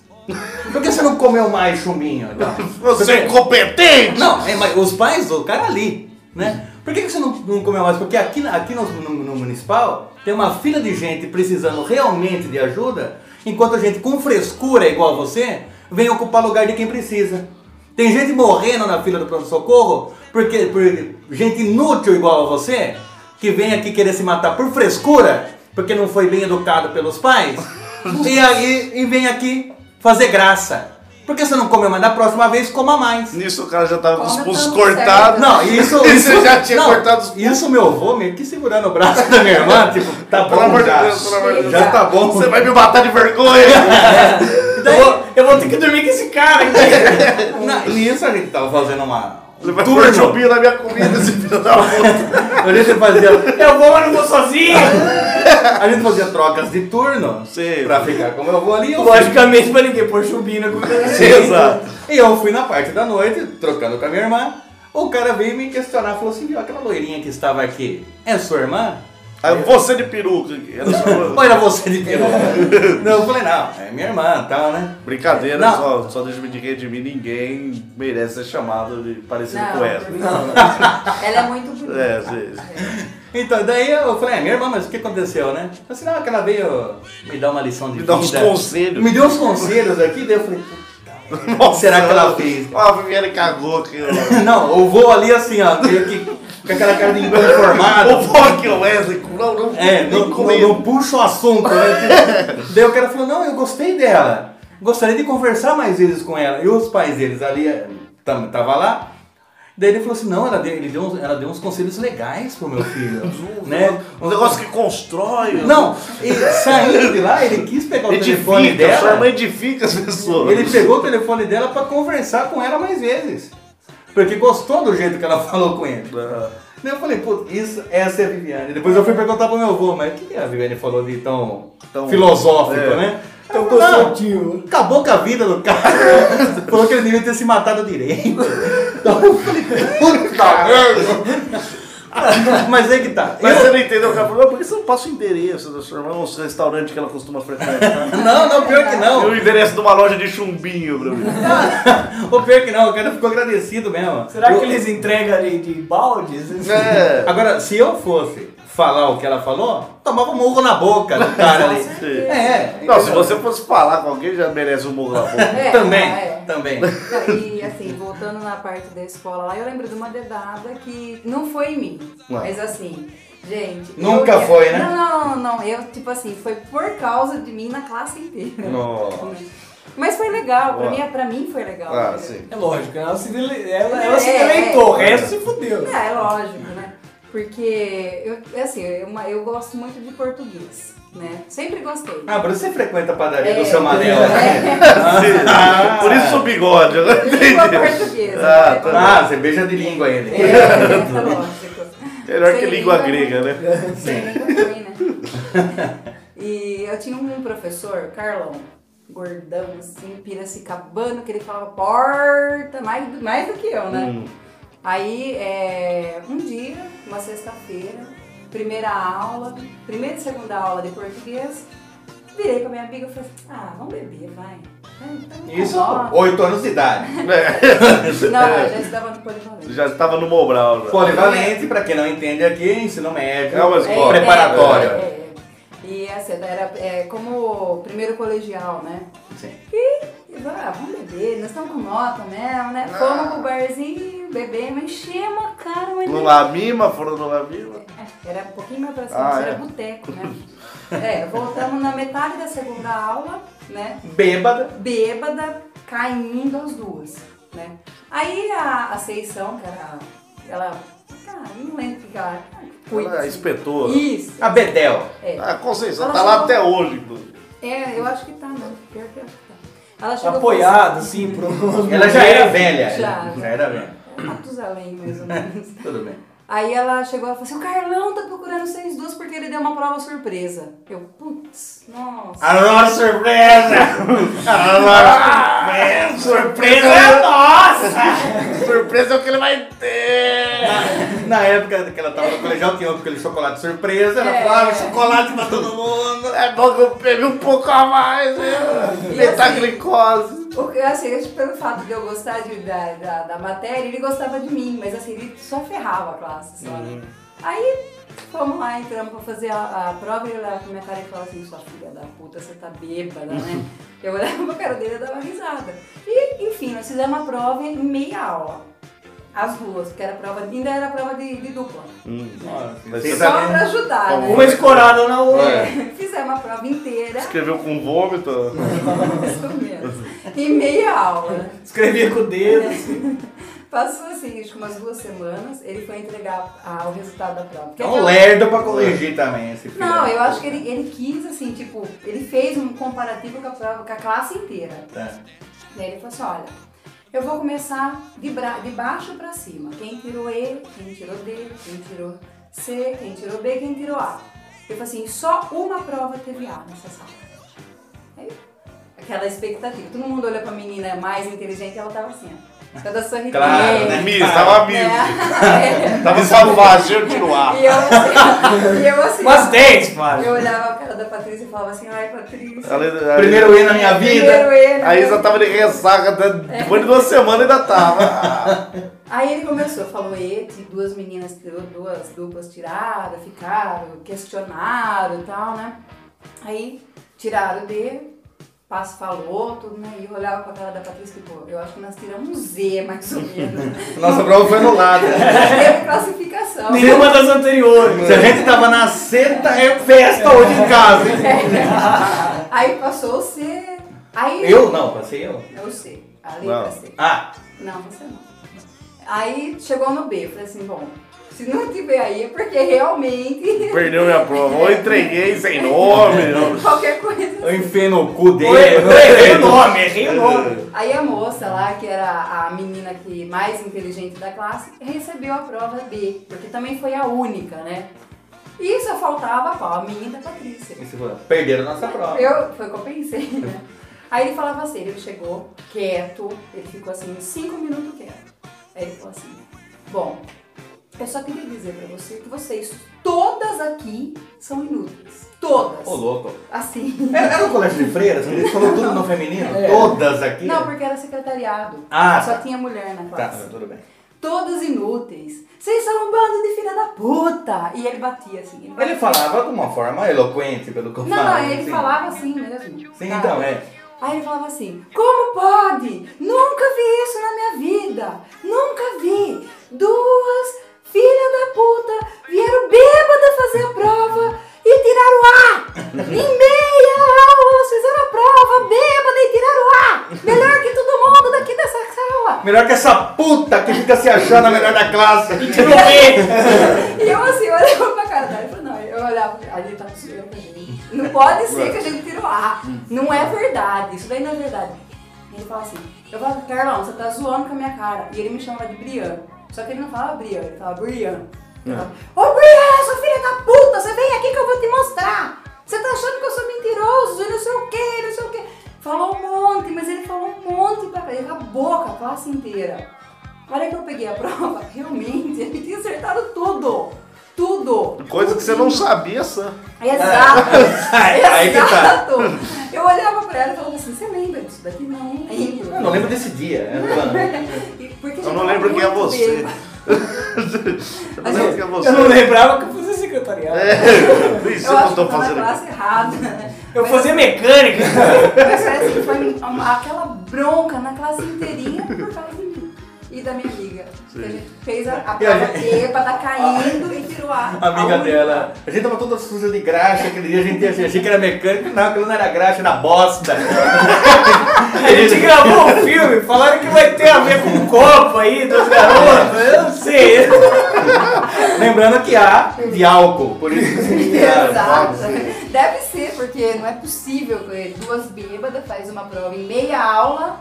C: Por que você não comeu mais chumbinho? Então,
E: Você é incompetente!
C: Não, é, mas os pais do cara ali, né? Por que, que você não, não comeu mais? Porque aqui, na- aqui no, no- no municipal tem uma fila de gente precisando realmente de ajuda, enquanto a gente com frescura igual a você vem ocupar lugar de quem precisa. Tem gente morrendo na fila do pronto-socorro porque por gente inútil igual a você que vem aqui querer se matar por frescura porque não foi bem educado pelos pais e, aí, e vem aqui fazer graça. Por que você não comeu mais? Da próxima vez, coma mais.
E: Nisso o cara já tava com os
F: Como
E: pulsos
F: tamo
E: cortados.
F: certo.
C: Não, isso.
E: [laughs] Você
C: isso
E: já tinha
C: não,
E: cortado os pulsos.
C: Isso meu avô meio que segurando o braço da minha irmã, tipo, tá
E: Pelo
C: bom
E: amor de
C: já.
E: Deus, pelo amor de Deus.
C: Já tá bom.
E: Você vai me matar de vergonha!
C: Daí- eu, vou, ter que dormir com esse cara aqui.
E: [laughs]
C: Não, e isso a gente tava fazendo uma. um
E: Ele vai
C: turno.
E: pôr chupinho na minha comida, esse filho da puta.
C: A gente fazia. Eu vou, mas não vou sozinho! A gente fazia trocas de turno
E: Sim.
C: pra ficar com meu avô ali. eu fui-
B: Logicamente pra ninguém pôr chumbinho na comida.
C: [laughs]
E: Exato.
C: E eu fui na parte da noite, trocando com a minha irmã. O cara veio me questionar, falou assim: viu, aquela loirinha que estava aqui é sua irmã?
E: Aí você de peruca. Era só-
C: Ou era você de peruca? não, eu falei, não, é minha irmã e tal, né?
E: Brincadeira,
C: Não.
E: só, só deixa eu me dizer de mim, ninguém merece ser chamado de parecido
F: Não,
E: com ela.
C: [laughs]
F: porque Ela é muito bonita.
E: É, sim.
C: Então, daí eu falei, é minha irmã, mas o que aconteceu, né? Eu falei, não, que ela veio me dar uma lição de
E: Me
C: vida.
E: dá uns conselhos.
C: Me deu uns conselhos aqui, daí eu falei,
E: Nossa,
C: Será que ela fez?
E: Ó, a Viviane cagou aqui. ó.
C: não, eu vou ali assim, ó, meio que com aquela cara de
E: O
C: inconformado.
E: Fock Wesley, não, não,
C: É,
E: nem
C: não, não,
E: comer.
C: não puxa o
E: [laughs]
C: assunto, né? Daí o cara falou, não, eu gostei dela. Gostaria de conversar mais vezes com ela. E os pais deles ali eh, tam- tava lá. Daí ele falou assim, não, ela deu, ele deu uns, ela deu uns conselhos legais pro meu filho.
E: [laughs]
C: né?
E: Um negócio que constrói.
C: Não, e saindo de lá, ele quis pegar o telefone
E: Edifica, sua
C: dela.
E: irmã edifica as pessoas.
C: Ele pegou o telefone dela pra conversar com ela mais vezes. Porque gostou do jeito que ela [laughs] falou com ele. Daí eu falei, pô, isso, essa é a Viviane. Depois eu fui perguntar pro meu avô, mas o que a Viviane falou de tão,
E: Tão-
C: filosófico,
E: é.
C: né?
B: Então
C: Eu
B: tô
C: falei, "Não,
B: soltinho.
C: Acabou com a vida do cara. [laughs] falou que ele devia ter se matado direito. Então eu falei, puta merda. Mas aí que tá.
E: Mas
C: Eu-
E: você não entendeu, cara. Falou, "Não, por que você não passa o endereço da sua irmã, os restaurantes que ela costuma frequentar?
C: Não, não, pior que
E: E
C: [laughs] não.
E: o endereço de uma loja de chumbinho pra
C: [laughs]
E: mim.
C: O pior que não, o cara ficou agradecido mesmo.
B: Será
C: Eu-
B: que eles entregam ali de baldes?
F: assim.
E: É.
C: Agora, se eu fosse falar o que ela falou, tomava um murro na boca do cara ali. É,
E: Não, se você fosse falar com alguém, já merece um morro na boca. [laughs]
F: É,
C: também,
F: é.
C: também.
F: Não, E assim, voltando na parte da escola lá, eu lembro de uma dedada que não foi em mim,
E: Não.
F: mas assim, gente.
C: Nunca
F: eu-
C: foi, né?
F: Não, não, não, não, eu, tipo assim, foi por causa de mim na classe inteira. [laughs]
E: Nossa.
F: Mas foi legal, pra
E: Ó.
F: mim, pra mim foi legal.
E: Ah,
F: entendeu?
E: sim.
B: É lógico, ela se, dele- ela, ela se
F: É, é.
B: deleitou, o resto se fudeu.
F: É, é lógico, né? Porque, eu, assim, eu, uma- eu gosto muito de português, né? Sempre gostei.
C: Ah, Bruno, você frequenta a padaria
F: É.
C: do seu Manel? né?
F: É.
C: Ah,
E: Por isso o bigode, agora
F: Língua
E: entendi.
F: portuguesa.
E: Ah,
F: né?
C: Ah, você beija de língua ele.
F: É, é, lógico.
E: Melhor que
F: Sem
E: língua grega, né?
F: Sem língua ruim, né? E eu tinha um professor, Carlão, gordão, assim, piracicabano, que ele falava porta mais, do- mais do que eu, né? Aí, é, um dia, uma sexta-feira, primeira aula, primeira e segunda aula de português, virei pra minha amiga e falei assim, ah, vamos beber, vai. É, então tá
C: Isso,
F: bom.
C: oito anos de idade.
F: Não, eu já estava no polivalente.
E: Já estava no Mobral, né? já.
C: Polivalente, pra quem não entende aqui, ensino médio.
E: É uma escola.
C: Preparatória.
F: É, é, é. E essa era é, como o primeiro colegial, né?
C: Sim.
F: E ah, vamos beber, nós estamos com nota mesmo, né? Fomos pro barzinho, bebemos, enchemos a cara, mas
E: No Lamima, foram no Lamima.
F: é, Era um pouquinho mais pra cima,
E: Ah,
F: isso
E: é.
F: era boteco, né? é, voltamos na metade da segunda aula, né?
C: Bêbada.
F: bêbada, caindo as duas, né? Aí a, a Seição, que era. Ela. Ah, não lembro o que que ela. Ah,
E: Ela espetou.
F: Isso.
C: A Bedel.
F: É.
E: A Conceição
F: Ela
E: tá lá
F: chamou-
E: até hoje, inclusive.
F: É, eu acho que tá, né? Pior que eu acho que tá. Ela chegou e falou
B: Apoiado, assim,
E: [laughs]
B: por um-
C: Ela já era velha.
F: Já,
C: Já
F: já.
C: era velha.
F: assim, Matusalém, mais
C: [laughs]
F: ou menos.
C: Tudo bem.
F: Aí ela chegou e falou assim, o Carlão tá procurando vocês duas porque ele deu uma prova surpresa. Eu, putz, nossa.
C: A nossa surpresa!
F: [laughs]
C: A
E: Ah,
C: nossa Tá surpresa é nossa!
E: Surpresa é o que ele vai ter!
C: Na, na época que ela tava no colegial, tinha um aquele chocolate surpresa. Ela
F: É.
C: falava chocolate pra todo mundo.
E: É bom que eu peguei um pouco a mais, né?
F: E
E: Aumentar a
F: assim-
E: glicose.
F: O, assim, acho que pelo fato de eu gostar de- da, da, da matéria, ele gostava de mim, mas assim, ele só ferrava a classe, só, né? Aí fomos lá, entramos pra fazer a, a prova e ele olhava pra minha cara e falava assim, sua filha da puta, você tá bêbada, né? Eu olhava pra cara dele e dava risada. E, enfim, nós fizemos a prova em meia aula. As duas, porque era prova, ainda era prova de, de dupla.
E: Mas
C: Sim,
E: você
C: sabe?
F: Só pra ajudar, né?
B: Uma escorada
E: É.
B: na outra.
F: Fizemos a prova inteira,
E: escreveu com vômito?
F: isso mesmo, em meia aula.
B: Escrevia com o dedo.
C: É um
B: assim.
F: Passou assim, acho que umas duas semanas, ele foi entregar a- o resultado da prova. Porque
C: É um né?
F: aquela-
C: lerdo pra corrigir também esse filho.
F: Não, eu acho que ele, ele quis, assim, tipo, ele fez um comparativo com a, prova- com a classe inteira.
C: Tá.
F: Daí ele falou assim, olha, eu vou começar de, bra- de baixo pra cima. Quem tirou E, quem tirou D, quem tirou C, quem tirou B, quem tirou A. Ele falou assim, só uma prova teve A nessa sala. Aí, aquela expectativa. Todo mundo olhou pra menina mais inteligente, ela tava assim, ó. Toda sorridente.
C: Claro, né?
E: Miss, Ah, tava Miss.
F: Né?
E: [laughs] Tava selvagem, eu tiro ar.
F: E eu assim, e eu assim,
B: Umas 10, mano.
F: eu olhava a cara da Patrícia e falava assim, ai Patrícia.
E: Ela- é
C: Primeiro E na minha vida.
F: primeiro né? ele.
E: A Isa tava de ressaca, da- depois de duas semanas ainda tava.
F: Aí ele começou, falou E, que duas meninas, tirou, duas duplas tiraram, ficaram, questionaram e tal, né? Aí tiraram o D, passo falou, tudo, né? E eu olhava pra cara da Patrícia e pô, eu acho que nós tiramos um Z mais ou menos.
C: Nossa prova foi anulada.
F: Teve classificação.
B: Nenhuma das anteriores.
C: Se a gente tava na seta, é festa hoje em casa, hein?
F: É Aí passou o C. Aí.
C: Eu? Não, passei eu.
F: Eu sei. A letra
E: Não.
F: C.
C: Ah,
F: Não, você não. Aí chegou no B, eu falei assim, bom, se não tiver aí é porque realmente [laughs]
E: Perdeu minha prova. Ou entreguei sem nome. não.
F: qualquer coisa.
C: eu enfiei no cu dele.
B: Errei o nome, errei o nome.
F: Aí a moça lá, que era a menina que mais inteligente da classe, recebeu a prova B, porque também foi a única, né? E só faltava a pau, a menina da Patrícia.
C: Isso foi- Perderam nossa prova.
F: Eu, foi o que eu pensei, né? Aí ele falava assim, ele chegou quieto, ele ficou assim, cinco minutos quieto. Aí ele falou assim, bom, eu só queria dizer pra você que vocês, todas aqui, são inúteis. Todas.
C: Ô, louco. [laughs]
F: Assim.
C: Era, era um colégio de freiras? que Ele falou tudo no feminino?
B: É.
C: Todas aqui?
F: Não, porque era secretariado.
C: Ah,
F: só
C: tá.
F: tinha mulher na
C: Tá,
F: classe.
C: tudo bem.
F: Todas inúteis. Vocês são um bando de filha da puta. E ele batia assim. Ele,
C: Ele
F: batia.
C: falava de uma forma eloquente, pelo que eu
F: Não,
C: falo,
F: não, ele
C: assim.
F: falava assim mesmo.
C: Sim,
F: tá?
C: então, é.
F: Aí ele falava assim: Como pode? Nunca vi isso na minha vida! Nunca vi! Duas filhas da puta vieram bêbadas fazer a prova e tiraram A! Em meia aula elas fizeram a prova bêbada e tiraram A! Melhor que todo mundo daqui dessa sala!
C: Melhor que essa puta que fica se achando a melhor da classe.
F: E eu assim, eu olhava pra cara dela e falava, não, eu olhava, ali tá zoando pra gente. Não pode ser que a gente tirou A. Não é verdade, isso daí não é verdade. E ele fala assim, eu falo, Carlão, você tá zoando com a minha cara. E ele me chamava de Brian. Só que ele não falava Brian, ele falava Brian. Eu falava, Ô Brian, sua filha da puta, você vem aqui que eu vou te mostrar. Você tá achando que eu sou mentiroso e não sei o que, não sei o que. Falou um monte, mas ele falou um monte pra ele, a boca, a classe inteira. Na hora que eu peguei a prova, [laughs] realmente, ele tinha acertado tudo. Tudo.
E: Coisa que você É, não sabia, Sam. [laughs]
F: Exato.
C: Aí que tá.
F: Exato. Eu olhava pra ela e falava assim, você lembra disso daqui? Não,
C: Eu não lembro desse dia. é verdade.
F: E Porque
E: Eu não lembro quem é você. [laughs] Eu não lembro que é você. É.
B: Eu não lembrava que eu fazia secretariado.
E: [laughs] Nem sei
F: Eu
E: o que eu
F: acho que eu
E: tô
F: tava na
E: fazendo aqui.
F: classe
E: [laughs]
F: errada. né?
B: Eu
F: Mas-
B: fazia mecânica.
F: Mas parece que foi uma- aquela bronca na classe inteirinha por causa de mim e da minha amiga. Que a gente fez a, a prova bêbada caindo e
E: [laughs]
F: tirou a.
C: A amiga
F: a única.
C: dela. A gente tava toda suja de graxa aquele dia, a gente achei, achei que era mecânico, não, aquilo não era graxa, era bosta.
B: A gente gravou um filme, falaram que vai ter a ver com um copo aí das garotas, eu não sei.
C: Lembrando que há de álcool, por isso que se
F: Exato. Deve ser, porque não é possível que duas bêbadas faz uma prova em meia aula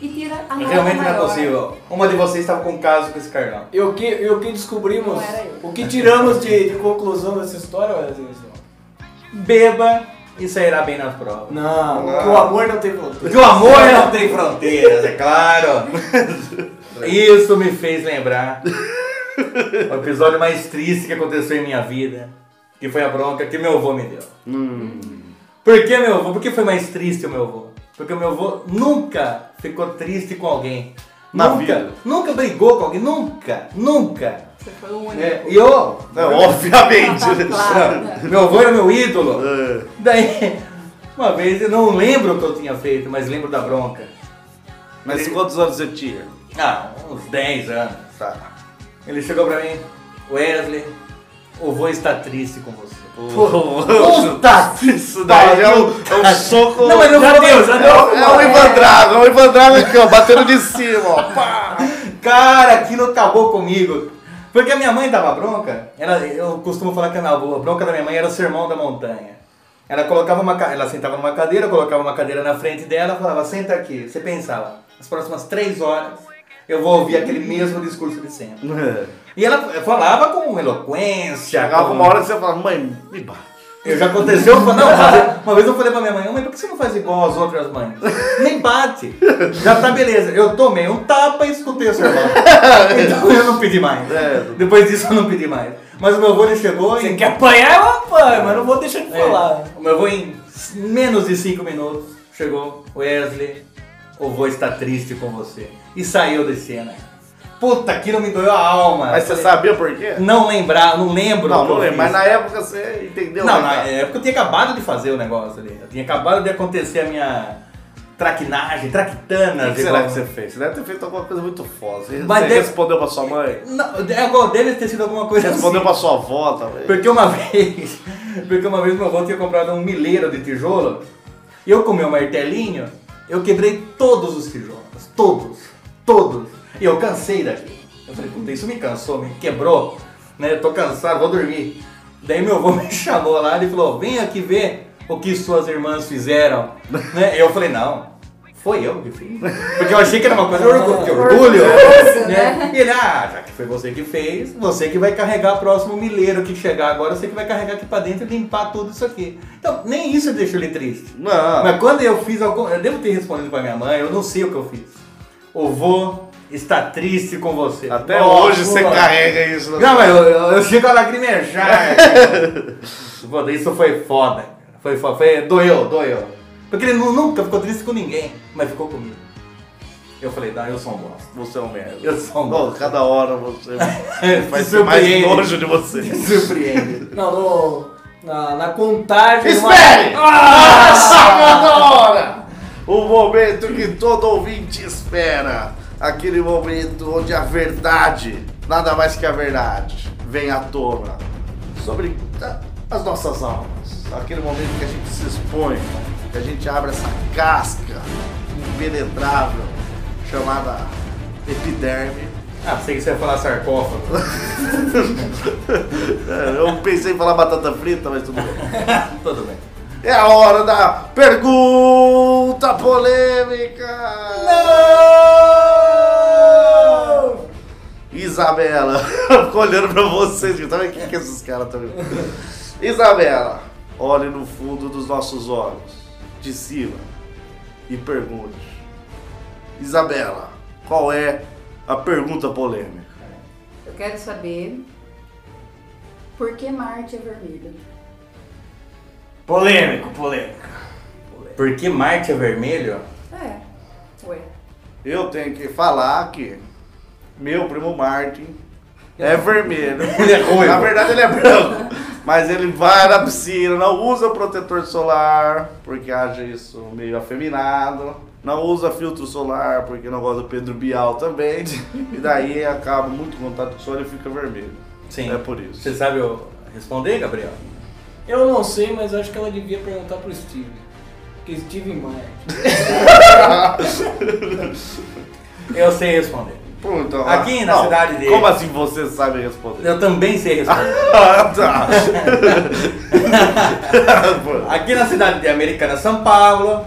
F: e tira a nota
C: Realmente não é
F: maior.
C: possível. Uma de vocês estava com um caso com esse carnal.
B: E o que, e o que descobrimos,
F: Não era eu.
B: o que tiramos de, de conclusão dessa história, Wesley?
C: Beba e sairá bem nas provas.
B: Não, que o amor não tem fronteira.
C: Que o amor é- não tem fronteiras, é claro. [laughs] Isso me fez lembrar o episódio mais triste que aconteceu em minha vida, que foi a bronca que meu avô me deu. Hum. Por que meu avô? Por que foi mais triste o meu avô? Porque o meu avô nunca ficou triste com alguém.
E: Na
C: nunca,
E: vida.
C: Nunca brigou com alguém, nunca, nunca.
F: Você foi o único.
C: É, e eu,
E: Não, obviamente.
C: [laughs]
F: [laughs] Claro, né?
C: meu avô era meu ídolo.
E: É. [laughs]
C: Daí, uma vez, eu não lembro o que eu tinha feito, mas lembro da bronca.
E: Mas quantos anos você tinha?
C: Ah, uns 10 anos.
E: Tá.
C: Ele chegou pra mim, Wesley, o vô está triste com você.
E: [laughs] Puta! Isso daí é um, é um soco.
C: Não, mas não
B: Já
C: foi-
B: deu, já deu.
C: [laughs]
E: É um Ivan Drago, é um Ivan Drago aqui, ó, batendo de cima, ó. Pá!
C: É. Cara, aquilo acabou comigo. Porque a minha mãe dava bronca, ela, eu costumo falar que a minha avó- a bronca da minha mãe era o sermão da montanha. Ela colocava uma ca- ela sentava numa cadeira, colocava uma cadeira na frente dela, falava, senta aqui. Você pensava, nas próximas três horas eu vou ouvir aquele mesmo discurso de sempre. E ela falava com eloquência.
E: Chegava
C: com-
E: uma hora que você falava, mãe, me bate.
C: Eu já aconteceu, eu falei, não, mas uma vez eu falei pra minha mãe, mãe, por que você não faz igual as outras mães? Nem bate. Já tá beleza. Eu tomei um tapa e escutei a sua
E: [laughs]
C: voz. Então eu não pedi mais.
E: É.
C: Depois disso eu não pedi mais. Mas o meu avô ele chegou
B: Você
C: e.
B: quer apanhar, eu apanho, mas não vou deixar de falar.
C: O meu avô em menos de 5 minutos chegou, Wesley, o avô está triste com você. E saiu de cena. Puta, aquilo me doeu a alma.
E: Mas você sabia por quê?
C: Não lembrar, não lembro.
E: Não,
C: do que
E: não
C: eu
E: lembro, mas
C: fiz.
E: na época você entendeu.
C: Não,
E: né,
C: na
E: cara?
C: época eu tinha acabado de fazer o negócio ali. Eu tinha acabado de acontecer a minha traquinagem, traquitana.
E: O que será que você fez? Você deve ter feito alguma coisa muito foda. Você
C: Mas
E: você
C: deve-
E: respondeu pra sua mãe?
C: Não, é de- agora deve ter sido alguma coisa
E: Você respondeu
C: assim.
E: pra sua avó também?
C: Porque uma [laughs] vez, porque uma vez meu avô tinha comprado um milheiro de tijolo e eu com meu martelinho, eu quebrei todos os tijolos. Todos. Todos. E eu cansei daqui. Eu falei, puta, isso me cansou, me quebrou. Né? Eu tô cansado, vou dormir. Daí meu avô [laughs] me chamou lá e falou, vem aqui ver o que suas irmãs fizeram. né? Eu falei, não. Foi eu que fiz. Porque eu achei que era uma coisa de orgulho. de orgulho
F: Orgulhoso,
C: né? E [laughs] ele, ah, já que foi você que fez, você que vai carregar o próximo milheiro que chegar agora, você que vai carregar aqui pra dentro e limpar tudo isso aqui. Então, nem isso deixou ele triste.
E: Não.
C: Mas quando eu fiz algum. Eu devo ter respondido pra minha mãe, eu não sei o que eu fiz. O vô está triste com você.
E: Até
C: Nossa,
E: hoje você
C: mano.
E: carrega isso. né? na-
C: Não, mas eu, eu, eu chego
E: [laughs]
C: a lagrimejar. cara. Foda, isso foi foda. cara. Foi, foi, foi, doeu, doeu. Porque ele nu- nunca ficou triste com ninguém, mas ficou comigo. Eu falei, não, eu sou um bosta.
E: Você é um merda.
C: Eu sou um
E: Não, cada hora
C: [laughs]
E: você vai
C: Se
E: ser mais
C: surpreende.
E: nojo de você.
C: Me surpreende.
B: Não, no, na, na contagem... Ah! numa-
E: Espere! Nossa, da hora! O momento que todo ouvinte espera. Aquele momento onde a verdade, nada mais que a verdade, vem à tona. Sobre a- as nossas almas. Aquele momento que a gente se expõe, que a gente abre essa casca impenetrável chamada epiderme. [laughs]
C: Ah, sei que você ia falar sarcófago.
E: É, Eu pensei em falar batata frita, mas tudo bem.
C: Tudo bem.
E: É a hora da pergunta polêmica! Não! Isabela, [laughs] eu fico olhando pra vocês, que sabe o que, que esses caras estão Isabela, olhe no fundo dos nossos olhos, de cima, e pergunte. Isabela, qual é a pergunta polêmica?
F: Eu quero saber por que Marte é vermelho.
B: Polêmico, polêmico.
C: Por que Marte é vermelho?
F: É. Ué.
E: Eu tenho que falar que meu primo Martin é vermelho.
C: Ele é ruivo.
E: Na verdade ele é branco. Mas ele vai na piscina, não usa protetor solar, porque acha isso meio afeminado. Não usa filtro solar porque não gosta do Pedro Bial também. e daí acaba muito contato com o sol e fica vermelho.
C: Sim.
E: É por isso.
C: Você sabe eu responder, Gabriel?
B: Eu não sei, mas acho que ela devia perguntar pro Steve. Porque Steve Martin.
C: Eu sei responder.
E: Pô, então,
C: Aqui na cidade dele.
E: Como assim você sabe responder?
C: Eu também sei responder.
E: [laughs] Ah,
C: [laughs]
E: tá. Pô,
C: Aqui na cidade de Americana, São Paulo,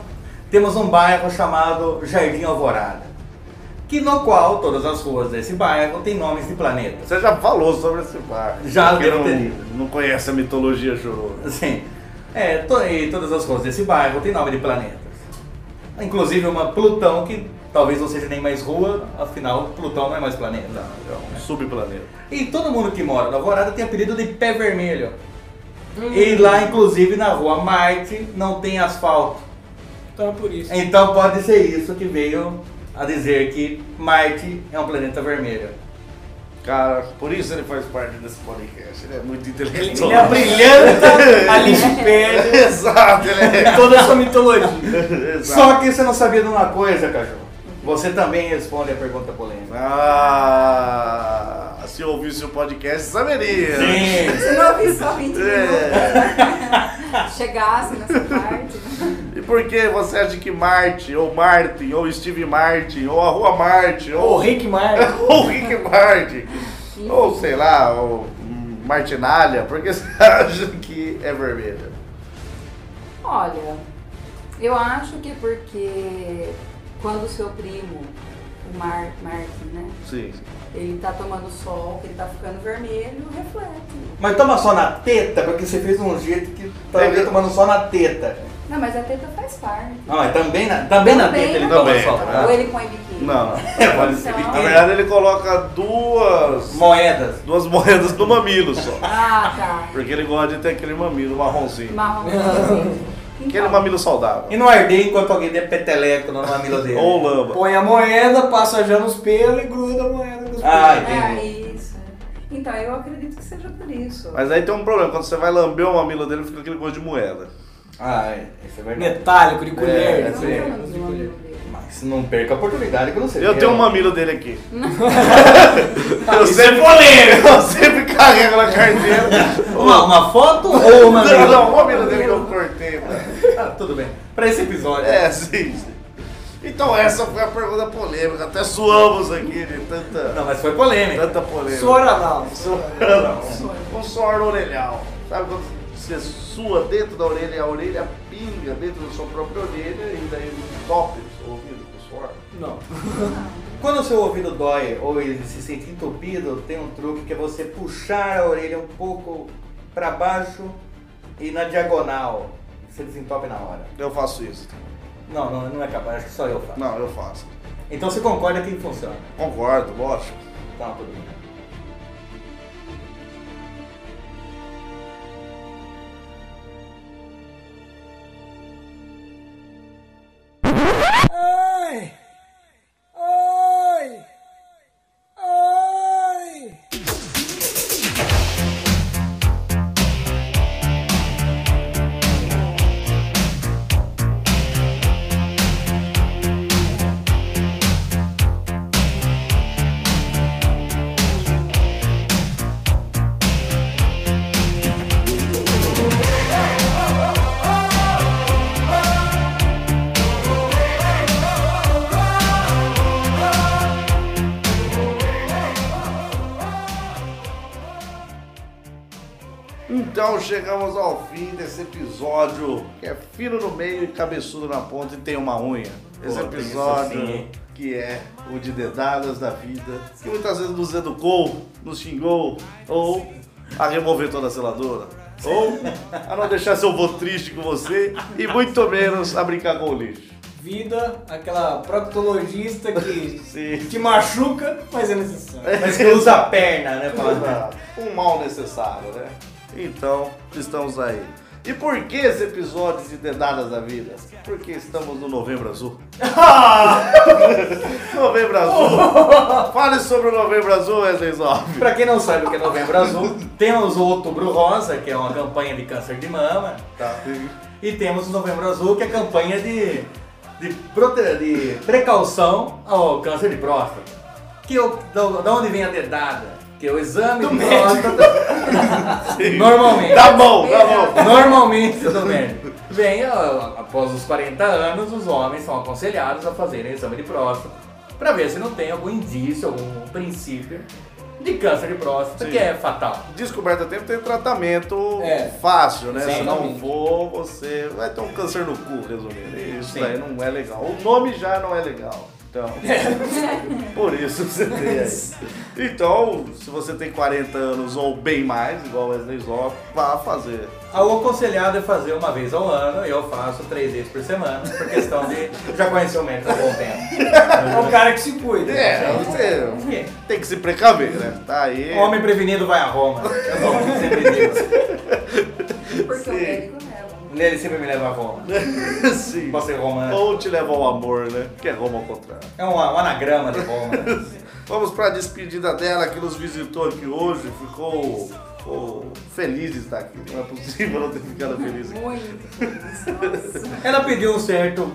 C: temos um bairro chamado Jardim Alvorada, que no qual todas as ruas desse bairro têm nomes de planetas.
E: Você já falou sobre esse bar.
C: Já
E: Quem
C: devo ter
E: não,
C: lido.
E: não conhece a mitologia chorou.
C: Sim. É, to- e todas as ruas desse bairro têm nome de planetas. Inclusive uma Plutão que talvez não seja nem mais rua, afinal Plutão não é mais planeta.
E: Subplaneta.
C: E todo mundo que mora na Alvorada tem apelido de Pé Vermelho. E lá, inclusive, na rua Marte, não tem asfalto.
B: Então é por isso.
C: Então pode ser isso que veio a dizer que Marte é um planeta vermelho.
E: Cara, por isso ele faz parte desse podcast. Ele é muito
B: Ele,
E: inteligente.
B: ele
C: [laughs]
B: abrilhanta a Lixipédia
E: [laughs] Exato, ele
B: e toda essa mitologia.
E: é. [laughs] Exato.
C: Só que você não sabia de uma coisa, Caju. Você também responde a pergunta polêmica.
E: Ah, se eu ouvisse o podcast, saberia. né?
C: Sim.
F: Se não ouvir só 20
E: É.
F: minutos, [laughs] chegasse nessa
C: [laughs]
F: parte. né?
E: E por que você acha que Martin, ou Martin, ou Steve Martin, ou a Rua Martin,
B: O
E: ou,
B: Rick Martin.
E: [laughs] ou Rick Martin, ou sei lá, ou hum, Martinalha, por que você [laughs] acha que é vermelha?
F: Olha, eu acho que é porque quando o seu primo, o Mar Mark, né?
E: Sim.
F: Ele tá tomando sol, que ele tá ficando vermelho, reflete.
C: Mas toma só na teta, porque você fez um jeito que tá
E: Ele-
C: tomando só na teta.
F: Não, mas a teta faz parte.
C: Ah, mas também na, também né? na
F: Também
C: teta ele
F: na
C: toma
E: teta.
C: só. tá?
E: Ah.
F: Ou ele põe biquíni.
E: Não,
B: É,
E: não, pode ser.
F: Então-
E: Na verdade, ele coloca duas,
C: Moedas.
E: duas moedas no mamilo só.
F: Ah, tá.
E: Porque ele gosta de ter aquele mamilo marronzinho.
F: Marrom. assim.
E: Aquele é
F: Então,
E: mamilo saudável.
C: E não arder enquanto alguém der peteleco no mamilo dele.
E: Ou lama.
B: Põe a moeda, passa já nos pelos e gruda a moeda nos pelos.
C: Ah,
F: é
C: entendi.
F: isso. Então, eu acredito que seja por isso.
E: Mas aí tem um problema, quando você vai lamber o mamilo dele, fica aquele gosto de moeda.
C: Ah, é, isso é verdade.
B: Metálico, de
C: É,
B: colher.
F: Eu
B: né?
F: não
C: sim.
F: lembro do nome dele.
C: Mas não perca a oportunidade que eu não sei. é.
E: Eu tenho um
C: uma
E: mamilo dele [laughs] aqui. eu sempre é polêmico, [laughs] eu sempre carrego na carteira.
C: Uma, uma foto ou uma
E: Não, não, [laughs] o mamilo dele que eu cortei, mano.
C: Ah, tudo bem. Pra esse episódio.
E: É, sim. sim. Então essa foi a pergunta polêmica, até suamos aqui de tanta,
C: Não, mas foi polêmica.
E: tanta polêmica.
B: Suor anal.
E: Um suor no orelhão. Sabe quando você sua dentro da orelha e a orelha pinga dentro da sua própria orelha e daí top o seu ouvido com suor?
B: Não.
C: Quando o seu ouvido dói ou ele se sente entupido, tem um truque que é você puxar a orelha um pouco pra baixo e na diagonal. Você desentope na hora.
E: Eu faço isso.
C: Não, não, não é capaz, acho que só eu faço.
E: Não, eu faço.
C: Então você concorda que funciona.
E: Concordo, lógico.
C: Tá, tudo bem.
D: Ai! Ai! Ai!
E: Então chegamos ao fim desse episódio que é fino no meio e cabeçudo na ponta e tem uma unha. Esse
C: Pô, tem isso
E: episódio
C: sim, hein?
E: que é o de dedadas da vida, que muitas vezes nos educou, nos xingou, ou a remover toda a seladora, ou a não deixar seu vô triste com você e muito menos a brincar com o lixo.
B: Vida, aquela proctologista que
E: Sim.
B: te machuca, mas é necessário.
C: Mas que usa a perna, né, Paulo?
E: um mal necessário, né? Então, estamos aí. E por que esse episódio de Dedadas da Vida? Porque estamos no Novembro Azul. novembro Azul. Fale sobre o Novembro Azul, Wesley Zoff.
C: Pra quem não sabe o que é Novembro Azul, temos o Outubro Rosa, que é uma campanha de câncer de mama.
E: Tá.
C: E temos o Novembro Azul, que é a campanha de de, prote... de precaução ao câncer de próstata. Que eu, da da onde vem a dedada? Que é o exame de próstata.
E: [laughs]
C: Normalmente.
E: Tá bom, tá bom.
C: Normalmente do médico. Bem, a- após os 40 anos, os homens são aconselhados a fazerem exame de próstata para ver se não tem algum indício, algum princípio de câncer de próstata
E: Sim.
C: que é fatal.
E: Descoberta a tempo tem tratamento
B: É.
E: fácil, né? Se não
B: Exatamente.
E: for, você vai ter um câncer no cu, resumindo. E Isso
C: Sim.
E: aí não é legal. O nome já não é legal. Então, por isso que você tem aí. Então, se você tem 40 anos ou bem mais, igual Wesley Zop, vá fazer.
C: O aconselhado é fazer uma vez ao ano e eu faço três vezes por semana, por questão de já conhecer o médico há bom tempo.
B: É o cara que se cuida.
E: É, você
C: Porque
E: tem que se precaver, né? Tá aí.
C: Homem prevenido vai a Roma. É bom que sempre digo.
F: Porque o médico nela.
C: Ele sempre me leva a Roma.
E: [laughs] Sim.
C: Posso ser romântico.
E: Ou te leva ao amor, né? Que é Roma ao contrário.
C: É um, um anagrama de Roma.
E: Vamos para a despedida dela que nos visitou aqui hoje. Ficou, ficou feliz de estar aqui. Não é possível não ter ficado feliz aqui.
F: Muito. Nossa.
C: Ela pediu um certo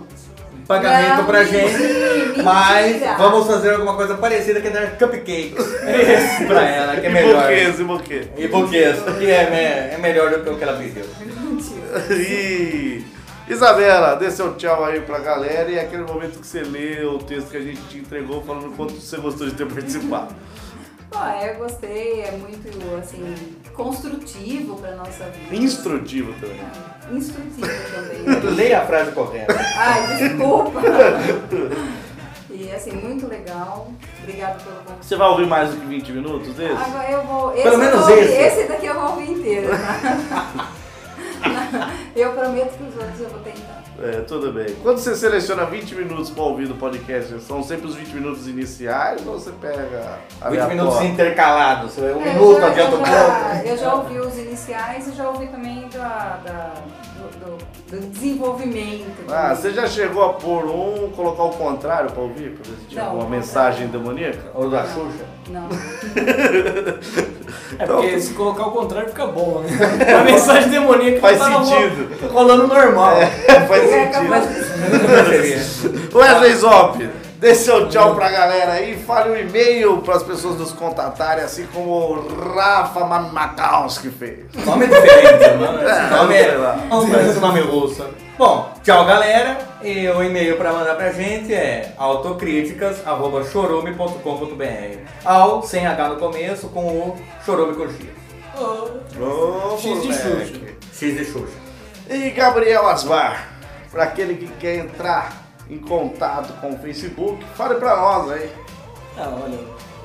C: pagamento
F: Não,
C: pra gente,
F: mentira.
C: mas vamos fazer alguma coisa parecida que é dar cupcakes pra ela, que é melhor.
E: Iboquês, Iboquês.
C: E buquês, que é, me- é melhor do que o que ela pediu.
F: Mentira.
E: E Isabela, dê seu tchau aí pra galera e é aquele momento que você lê o texto que a gente te entregou falando o quanto você gostou de ter participado.
F: Pô, eu gostei, é muito, assim, construtivo pra nossa vida.
E: Instrutivo também.
F: Instrutivo também.
C: Leia a frase correta.
F: Ai, desculpa. E, assim, muito legal. Obrigada pelo convite.
E: Você vai ouvir mais do que 20 minutos desse?
F: Agora eu vou. Esse
C: Pelo menos
F: eu vou ouvir-
C: esse.
F: esse daqui eu vou ouvir inteiro. tá? [laughs] eu prometo que os outros eu vou tentar.
E: É, tudo bem. Quando você seleciona 20 minutos pra ouvir do podcast, são sempre os 20 minutos iniciais ou você pega a
C: 20 minutos
E: aleatória?
C: intercalados, um
F: É,
C: minuto
F: eu já-
C: adianta um
F: eu já-
C: pouco.
F: Eu já ouvi os iniciais e já ouvi também da, da- do, do- do desenvolvimento.
E: Ah, você já chegou a pôr um, colocar o contrário pra ouvir? Pra ver se tinha
F: Não,
E: alguma
F: o
E: mensagem demoníaca?
C: Ou da Xuxa.
F: Não.
B: É
E: Então,
B: porque se colocar o contrário fica bom, né? [laughs] A mensagem demoníaca
E: Faz
B: tá no- [laughs]
E: sentido. É,
B: rolando normal.
E: Faz
F: Eu ia
E: sentido.
F: acabar
C: Eu [laughs] não é. percebi.
E: Wesley Zop, dê seu tchau pra galera aí, fale um e-mail pras pessoas nos contatarem, assim como o Rafa Manakowski fez.
C: Nome é diferente, mano. Esse nome
E: sei
C: é.
E: lá.
C: Não parece um nome russo. Bom, tchau galera. E o e-mail pra mandar pra gente é autocríticas.chorume.com.br. Ao sem H no começo, com o chorume com X.
E: Ô,
B: X de
E: moleque.
B: Xuxa.
C: X de Xuxa.
E: E Gabriel Asbar, para aquele que quer entrar em contato com o Facebook, fale para nós aí. [laughs]
B: Ah, olha,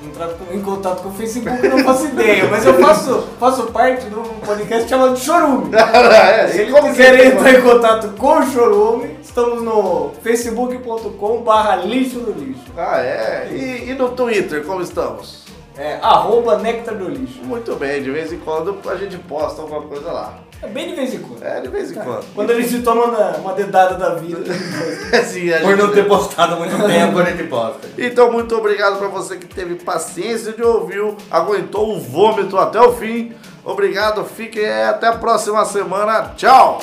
B: entrar com- em contato com o Facebook eu não faço ideia, mas eu faço, faço parte de um podcast chamado Chorume.
E: É,
B: Se
E: e
B: eles
E: como que-
B: quiserem entrar em contato com o Chorume, estamos no facebook.com.br lixo do lixo.
E: Ah, é. E, e no Twitter, como estamos?
B: É, arroba Nectar do Lixo.
E: Muito bem, de vez em quando a gente posta alguma coisa lá.
B: É bem de vez em quando.
E: É, de vez em
C: Tá.
E: quando. [laughs]
B: Quando a gente toma na- uma dedada da vida.
E: Assim, a
C: Por não
E: gente-
C: ter postado muito tempo, a gente posta.
E: Então, muito obrigado para você que teve paciência de ouvir, aguentou o vômito até o fim. Obrigado, fique aí, até a próxima semana. Tchau!